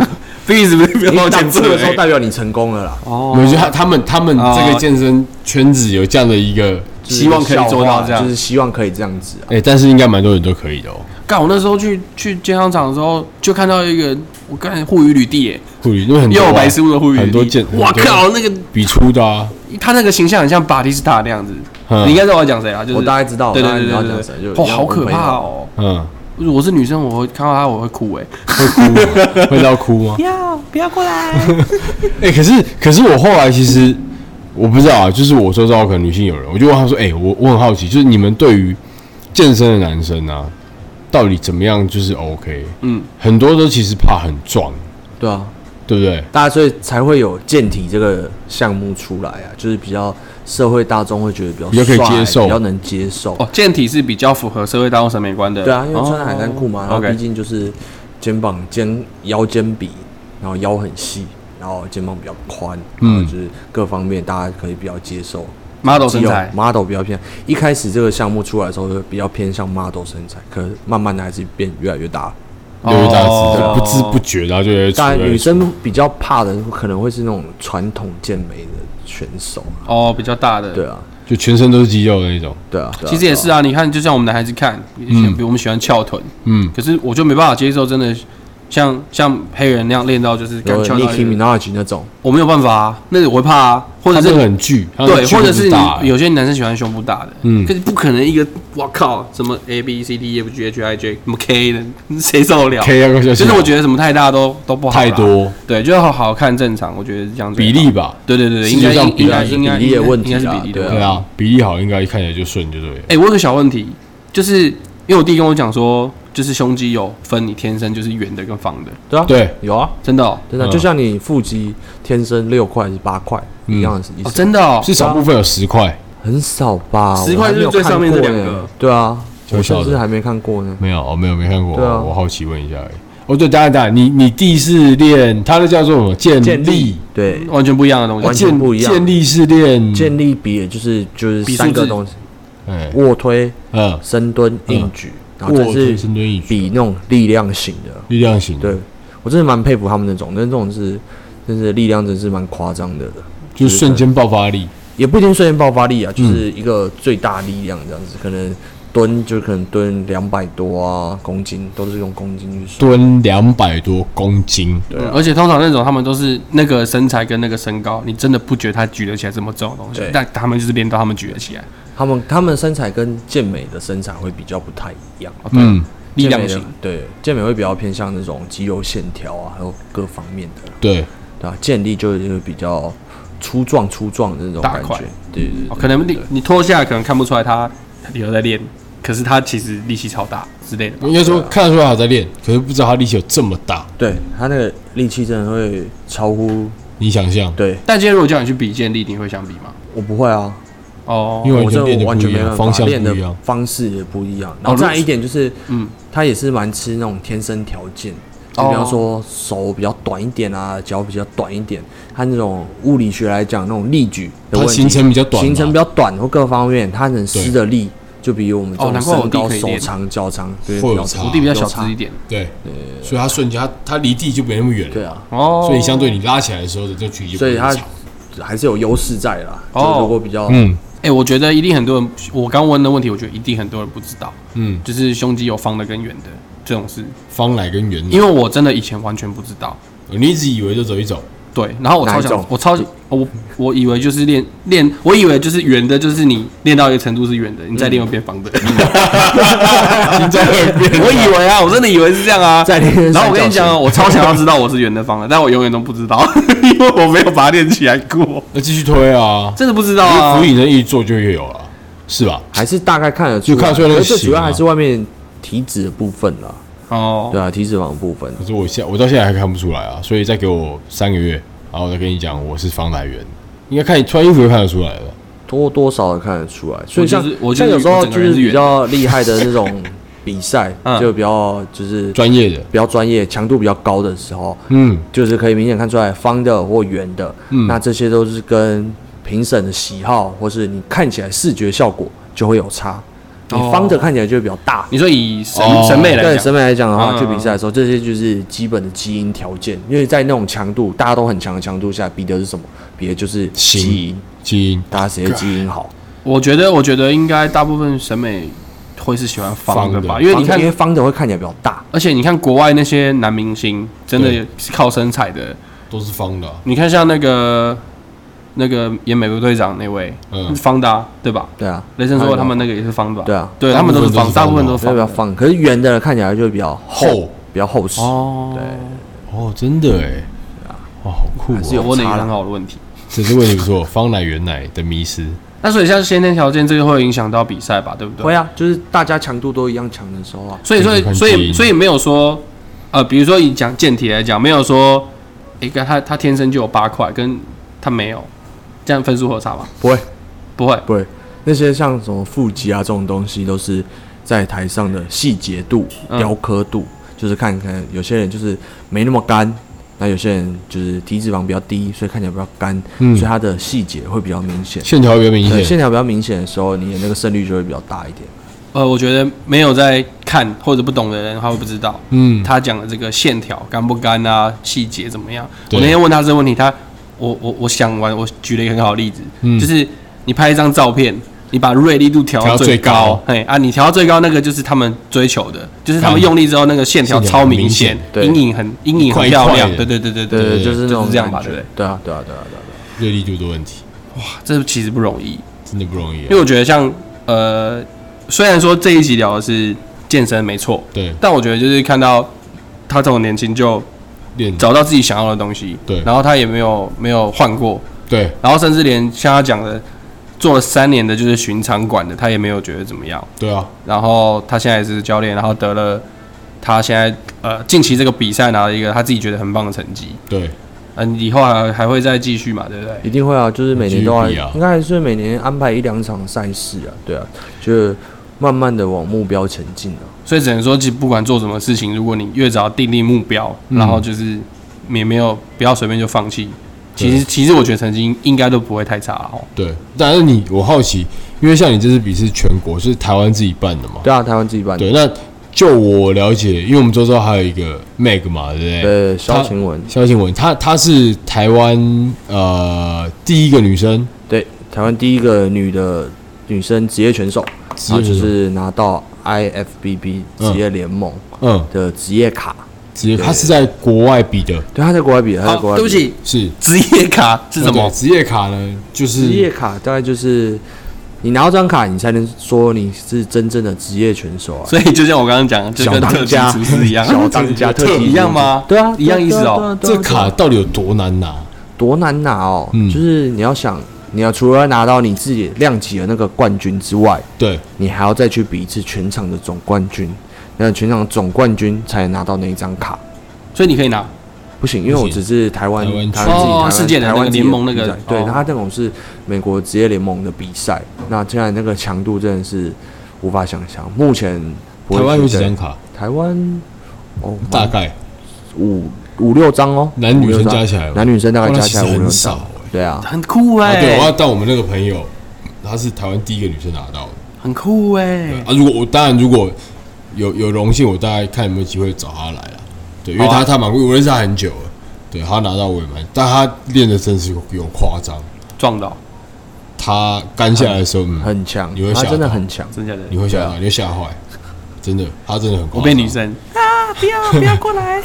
？B V 不是不
你
要
挡
挡
住
住
的时候，代表你成功了啦。
欸哦
我觉得他他们他们这个健身圈子有这样的一个，
就是
希望可以做到这样
就是希望可以这样子啊。
哎，但是应该蛮多人都可以的哦，
干，我那时候去去健康场的时候，就看到一个我干护鱼履地耶，
护理因为很多啊
又有白师傅的护鱼
很多
履地
健，，
哇
很多
靠，那个
比出的啊，
他那个形象很像巴蒂斯塔那样子，
嗯
你应该知道我要讲谁啊？就是
我大概知道
对对
我大概
对
知道讲
对
谁
对，
就
哦，好可怕哦！
嗯，
如果我是女生，我会看到他我会哭哎，
会哭吗会到哭吗？
要不要过来？
哎、可是可是我后来其实我不知道啊，就是我周遭可能女性友人，我就问她说，哎、我我很好奇，就是你们对于健身的男生啊，到底怎么样就是 OK？
嗯，
很多都其实怕很壮，
对啊，
对不对？
大家所以才会有健体这个项目出来啊，就是比较社会大众会觉得比较
比较可以
帅
接受
比较能接受。
哦，健体是比较符合社会大众审美观的，哦
对啊，因为穿海滩裤嘛，然后毕
OK，
竟就是肩膀肩腰肩比，然后腰很细，然后肩膀比较宽，然后就是各方面大家可以比较接受。
model 身材
肌肉，model 比较偏。一开始这个项目出来的时候，就比较偏向 model 身材，可是慢慢的还是变越来越大。
因为大家知
哦
道不知不觉，然后就会出
当
来
然，女生比较怕的可能会是那种传统健美的选手啊。
哦比较大的，
对啊，
就全身都是肌肉的那种，
对啊，对啊
其实也是啊，你看，就像我们男孩子看，比如我们喜欢翘臀，
嗯，
可是我就没办法接受，真的像像黑人那样练到就是
有
干翘到
Nicki
一个，
Minaj 那种，
我没有办法啊，那个我会怕啊，或者
他们
是
很巨，他们
对，
巨
或者是
很大
你有些男生喜欢胸部大的，
嗯
可是不可能一个，我靠，什么 A B C D E F G H I J 什么 K 的，谁受得了？
K 要跟
就是我觉得什么太大都都不好啦，
太多
对，就要好好看正常，我觉得是这样子
比例，吧，
对对对对，
世
应
界
该
上
应该
比例
应该
比例的问题
应
啊
该是比例的问
对啊
题
对啊，比例好应该看起来就顺就对了，
哎、我有个小问题，就是因为我弟跟我讲说，就是胸肌有分你天生就是圆的跟方的，
对啊，
对，
有啊，
真的哦，
真的，
嗯
就像你腹肌天生六块还是八块一样的意
哦
思，
真的哦，
是少部分有十块，
很少吧？
10块
我还没有
就是最上面这
看过
两个
呢，对啊，
小
我
小的
甚至还没看过呢。
没有，我没有没看过，
对啊
我好奇问一下而已。哦，对，当然当然，你你弟是练他的叫做什么健力，嗯
对，
完全不一样的东西，
完全不一样
健力是练
建立比就是就是
比数
三个
字
东西，
哎，
卧推、
嗯，
深蹲、
嗯
硬举，然后
卧
再
推
是
深蹲硬举，
比那种力量型的。
力量型，
对，我真的蛮佩服他们那种，但是这种是真是力量真是蛮夸张的，
就是瞬间爆发力，
也不一定瞬间爆发力啊，就是一个最大力量这样子，可能蹲就可能蹲两百多啊公斤，都是用公斤去算。
蹲两百多公斤，
嗯而且通常那种他们都是那个身材跟那个身高，你真的不觉得他举得起来这么重的东西
对，
但他们就是练到他们举得起来，
他们他们身材跟健美的身材会比较不太一样，
嗯，
力量
健美
型
的。对健美会比较偏向那种肌肉线条啊，还有各方面的，
对，
对吧、健力就是就是比较粗壮粗壮的那种
大
感
块
觉，对对对
哦可能你你脱下来可能看不出来他有在练，可是他其实力气超大之类的吧。
应该说
啊
看得出来他在练，可是不知道他力气有这么大，
对他那个力气真的会超乎，
你想象，
对
但今天如果叫你去比健力，你会想比吗？
我不会啊，
哦，
因为
我
完全
真
练
的
的
完
不
全
一
没办
样，
法
方向不
练的
一样，哦
方式也不一样。然后
如
再来一点就是，
嗯
嗯，他也是蛮吃那种天生条件，就
哦
比方说手比较短一点啊，脚比较短一点，他那种物理学来讲那种力举的问
他
题，
行程比较短啊嘛
行程比较短或各方面，他能施的力就比我们
哦
这种
难怪我
身
弟
高、
可以
手
练
长、脚长对
会有
比较
差
我弟比较小
有差
只一点。
对，所以他瞬间他他离地就没那么远了，
对啊，
哦，
所以相对你拉起来的时候，这距离就
所以
不会那么
他
长
还是有优势在啦。
哦
就如果比较
嗯
哎、我觉得一定很多人，我刚问的问题，我觉得一定很多人不知道，
嗯，
就是胸肌有方的跟圆的这种事，
方来跟圆的，
因为我真的以前完全不知道。
你一直以为就走一走，
对，然后我
哪
超
一
想
种，
我超我我以为就是练练，我以为就是圆的，就是你练到一个程度是圆的，你再练又变方 的。
心脏会变，
我以为啊，我真的以为是这样啊。
再练三角形
然后我跟你讲啊，我超想要知道我是圆的方的，但我永远都不知道， 因为我没有把它练起来过，
那继续推啊，
真的不知道
因为
啊
俯。影人一做就越有了，是吧？
还是大概看得出
就看得出来那个
可是最主
型
要
啊
还是外面体脂的部分啦。
哦，
对啊，体脂肪的部分，
可是我现我到现在还看不出来啊，所以再给我三个月，然后我再跟你讲我是方来源，应该看你穿衣服就看得出来了。
多多少少看得出来。所以像
就是我就
像
是
有时候
整个
就
人
是
是圆
比较厉害的 那种比赛
嗯，
就比较就是
专业的，
比较专业、强度比较高的时候，
嗯，
就是可以明显看出来方的或圆的。
嗯
那这些都是跟评审的喜好，或是你看起来视觉效果就会有差。你
哦
方的看起来就会比较大，
你说以审
哦
审美来
对
讲，
审美来讲
嗯
的话，去比赛的时候，这些就是基本的基因条件，因为在那种强度，大家都很强的强度下，比的是什么？比的就是
行
基因，
基因
大家谁的基因好？
我觉得我觉得应该大部分审美会是喜欢方的吧，
方的
因为你
方的
看
因为方的会看起来比较大，
而且你看国外那些男明星，真的
对
是靠身材的。
都是方的啊、
你看像那个那个演美国队长那位，
嗯
方的、啊、对吧？
对啊，
雷神说他们那个也是方的吧、
对啊
对他们都是方，大
大
部
部
分
分
都
都
是
是
所
方
以比
的
较方，可是圆的看起来就比较
厚
比较厚实。
哦。
哦，真的哎，哇，好酷
啊还
哦！
是有
我问了一个
差啦
很好的问题。
这是问题不错，方来原来的迷失，
那所以像先天条件，这个会影响到比赛吧，对不对？
会啊，就是大家强度都一样强的时候啊，
所以所
这个
以
很
所
基
以
因
所以没有说，呃，比如说以讲健体来讲，没有说，一个他他天生就有八块，跟他没有，这样分数会有差吗？
不会
不会，
不会，那些像什么腹肌啊这种东西，都是在台上的细节度、
嗯
雕刻度，就是看看有些人就是没那么干。那有些人就是体脂肪比较低，所以看起来比较干，
嗯
所以它的细节会比较明显。
线条原明
对，
显，
线条比较明显的时候，你的那个胜率就会比较大一点。
呃，我觉得没有在看或者不懂的人，他会不知道。
嗯，
他讲的这个线条干不干啊，细节怎么样？
对
我那天问他这个问题，他我我我想完，我举了一个很好的例子，
嗯
就是你拍一张照片，你把锐利度调
调
到
到
最
最高
高，哎啊，你调到最高那个就是他们追求的，就是他们
干
用力之后那个线条
线条
超
很
明
明
显
显，
对
阴影很阴影很
一块一
漂
块
亮，
的
对对对对
对
对，
对，就是那
就
种
是这样吧
感觉
对不
对啊，对啊，对啊，对啊，对
锐利度的问题
哇这其实不容易，
真的不容易、
因为
啊。
我觉得像呃，虽然说这一集聊的是健身没错，
对，
但我觉得就是看到他这种年轻就
练
找到自己想要的东西，
对
嗯然后他也没有没有换过，
对
然后甚至连像他讲的，做了三年的就是巡场馆的，他也没有觉得怎么样，
对啊，
然后他现在也是教练，然后得了他现在呃近期这个比赛拿了一个他自己觉得很棒的成绩，
对，
嗯、以后还还会再继续嘛，对不对
啊，？一定会啊，就是每年都
继
要，
续比啊
应该还是每年安排一两场赛事啊，对啊，就是慢慢的往目标前进啊。
所以只能说，其实不管做什么事情，如果你越早定定目标，
嗯
然后就是也没有不要随便就放弃，其实其实我觉得成绩应应该都不会太差了哦。
对，但是你我好奇，因为像你这次比是全国是台湾自己办的嘛？
对啊，台湾自己办的。
对，那就我了解，因为我们周遭还有一个 Meg 嘛，对不对？
呃，萧晴雯，
萧敬文，她她是台湾呃第一个女生，
对，台湾第一个女的女生职业选手，
职
然
业
后就
选手
是拿到 IFBB
嗯
职业联盟
嗯，
的职业卡。
职业她是在国外比的，
对，她在国外比的，她在国外比。
对不，起，
是
职业卡是什
对
么？
职业卡呢？就
职业
是
卡大概就是你拿到这张卡，你才能说你是真正的职业选手啊。
所以就像我刚刚讲，就
小
跟
当
特级
家
厨师一样，
小当家特级
一样吗？
对啊，
一样意思
对啊
哦。。
对啊对啊对啊
这卡到底有多难拿？
多难拿哦，
嗯
就是你要想，你要除了拿到你自己量级的那个冠军之外，
对，
你还要再去比一次全场的总冠军，那全场总冠军才能拿到那一张卡。
所以你可以拿，
不行，因为
不
我
行
只是台湾
台湾区
台湾自己
哦
台湾
世界的
台
那个
湾自己
联盟那个
比赛对，
哦
他那种是美国职业联盟的比赛，那现在那个强度真的是无法想象。目前不
台
会
湾有
觉
几
得
张卡？
台湾哦，
大概
嗯
五五六张哦，
男女
五六
生
张
加起来吧
男女生大概
哇那
加
其
起来
实
五六
很
张
少，欸
对啊，
很酷
啊，对，我要
哎，
但我们那个朋友，她是台湾第一个女生拿到的。
很酷哎。
啊，如果我当然如果有有荣幸，我大概看有没有机会找他来啊。对，因为
好
他
啊
他蛮贵，我认识他很久了。对他拿到我也蛮，但他练的真是有有夸张。
撞到，
他干下来的时候，嗯，
很强
你会，
他
吓
真的
到
很强。
真的假的
你？会吓到，你会吓坏，真的，他真的很
啊
夸张。
我被女生，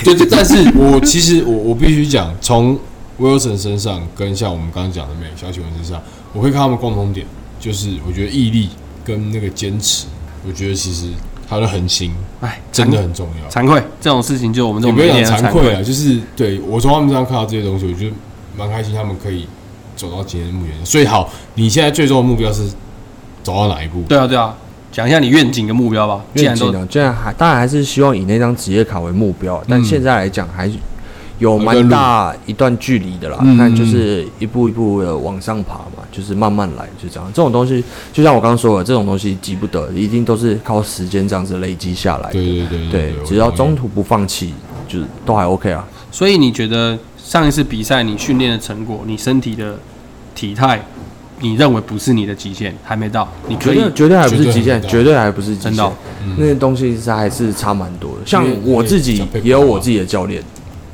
对对，但是我其实我我必须讲，从 Wilson 身上跟像我们刚刚讲的美小喜文身上，我会看他们共同点，就是我觉得毅力跟那个坚持，我觉得其实他的恒心
哎，
真的
惭
很重要。
惭愧，这种事情就我们这
也
种
不
没
要
练
讲
的惭
惭愧啊，就是对我从他们身上看到这些东西，我觉得蛮开心，他们可以走到今天的目前。所以好，你现在最终的目标是走到哪一步？
对啊，对啊，讲一下你愿景跟目标吧。既
愿
啊
然都
景呢，虽然还当然还是希望以那张职业卡为目标，但现在来讲还有蛮大一段距离的啦。
嗯
那就是一步一步的往上爬嘛，就是慢慢来，就这样。这种东西就像我刚刚说的，这种东西急不得，一定都是靠时间这样子累积下来的。
对对对
对
我
只要
同意
中途不放弃，就是都还 OK 啊。
所以你觉得上一次比赛你训练的成果，你身体的体态，你认为不是你的极限，还没到，你可
绝
以
对绝对还不是极限，
绝
绝对还不是极
真的
限
哦。
那些东西是还是差蛮多的。像
因为
我自己
因为
也有我自己的教练，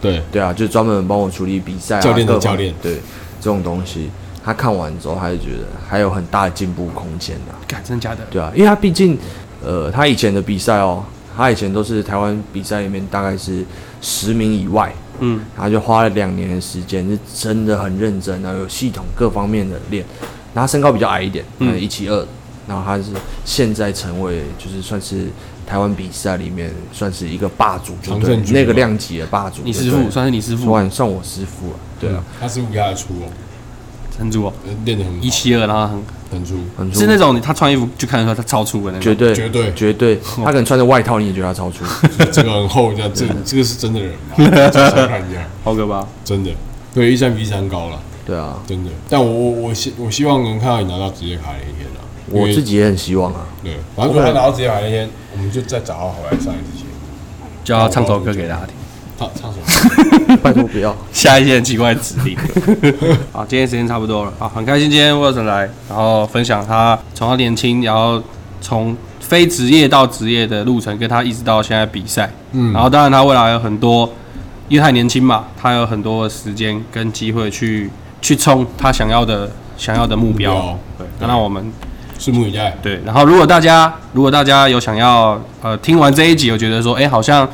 对
对啊，就专门帮我处理比赛、啊、
教练的
各方
教练
对这种东西，他看完之后，他就觉得还有很大的进步空间啊，
干真的假的？
对啊，因为他毕竟，呃，他以前的比赛哦，他以前都是台湾比赛里面大概是十名以外，
嗯，
他就花了两年的时间，是真的很认真，然后有系统各方面的练，然后他身高比较矮一点，嗯，
嗯
一七二，然后他是现在成为就是算是。台湾比赛里面算是一个霸主，就
常
对
胜
了
军
那
嘛
个量级的霸主就对了。
你师傅算是你师傅，
算算我师傅啊，对啊，，
他是不给他的出哦，
很粗哦，
练得很好
一七二，然后很
很出，
很粗
是那种他穿衣服就看得出来他超粗的那
绝
种。
对
绝对
绝对，他可能穿着外套你也觉得他超粗，
这个很厚，这样这这个是真的人 吗？就是看一下，
好可怕！
真的，对，一三比一三高了，
对啊，
真的。但我我我希我希望能看到你拿到职业卡的一天啊， 因
我
为
自己也很希望啊，
对，反正如果他拿到职业卡那天，我们就再找他回来上一次节目，
就要唱首歌给大家听，
唱唱什么？
拜托不要，
下一些很奇怪的指令。 好，今天时间差不多了啊，很开心今天 Wilson 来，然后分享他从他年轻，然后从非职业到职业的路程，跟他一直到现在比赛。
嗯
然后当然他未来有很多，因为他还年轻嘛，他有很多的时间跟机会去去冲他想要的想要的目标。
目标
对，那让我们
拭目以待。
对，然后如果大家如果大家有想要呃听完这一集，我觉得说哎、诶好像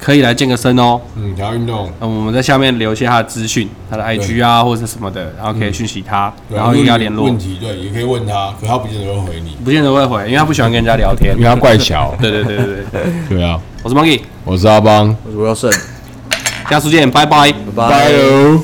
可以来健个身哦，
嗯，然后运动，
那我们在下面留一些他的资讯，他的 IG 啊或者是什么的，然后可以讯息他，
对
然后
如
跟
果
他
你
联
有
络
问。题，对，也可以问他，可他不见得会回 你，
不见得会回，因为他不喜欢跟人家聊天。
他怪小。
对对对对对，
对啊，
我是 Monkey，
我是阿邦，
我是要胜，
下次见，拜拜。
拜拜。
喽。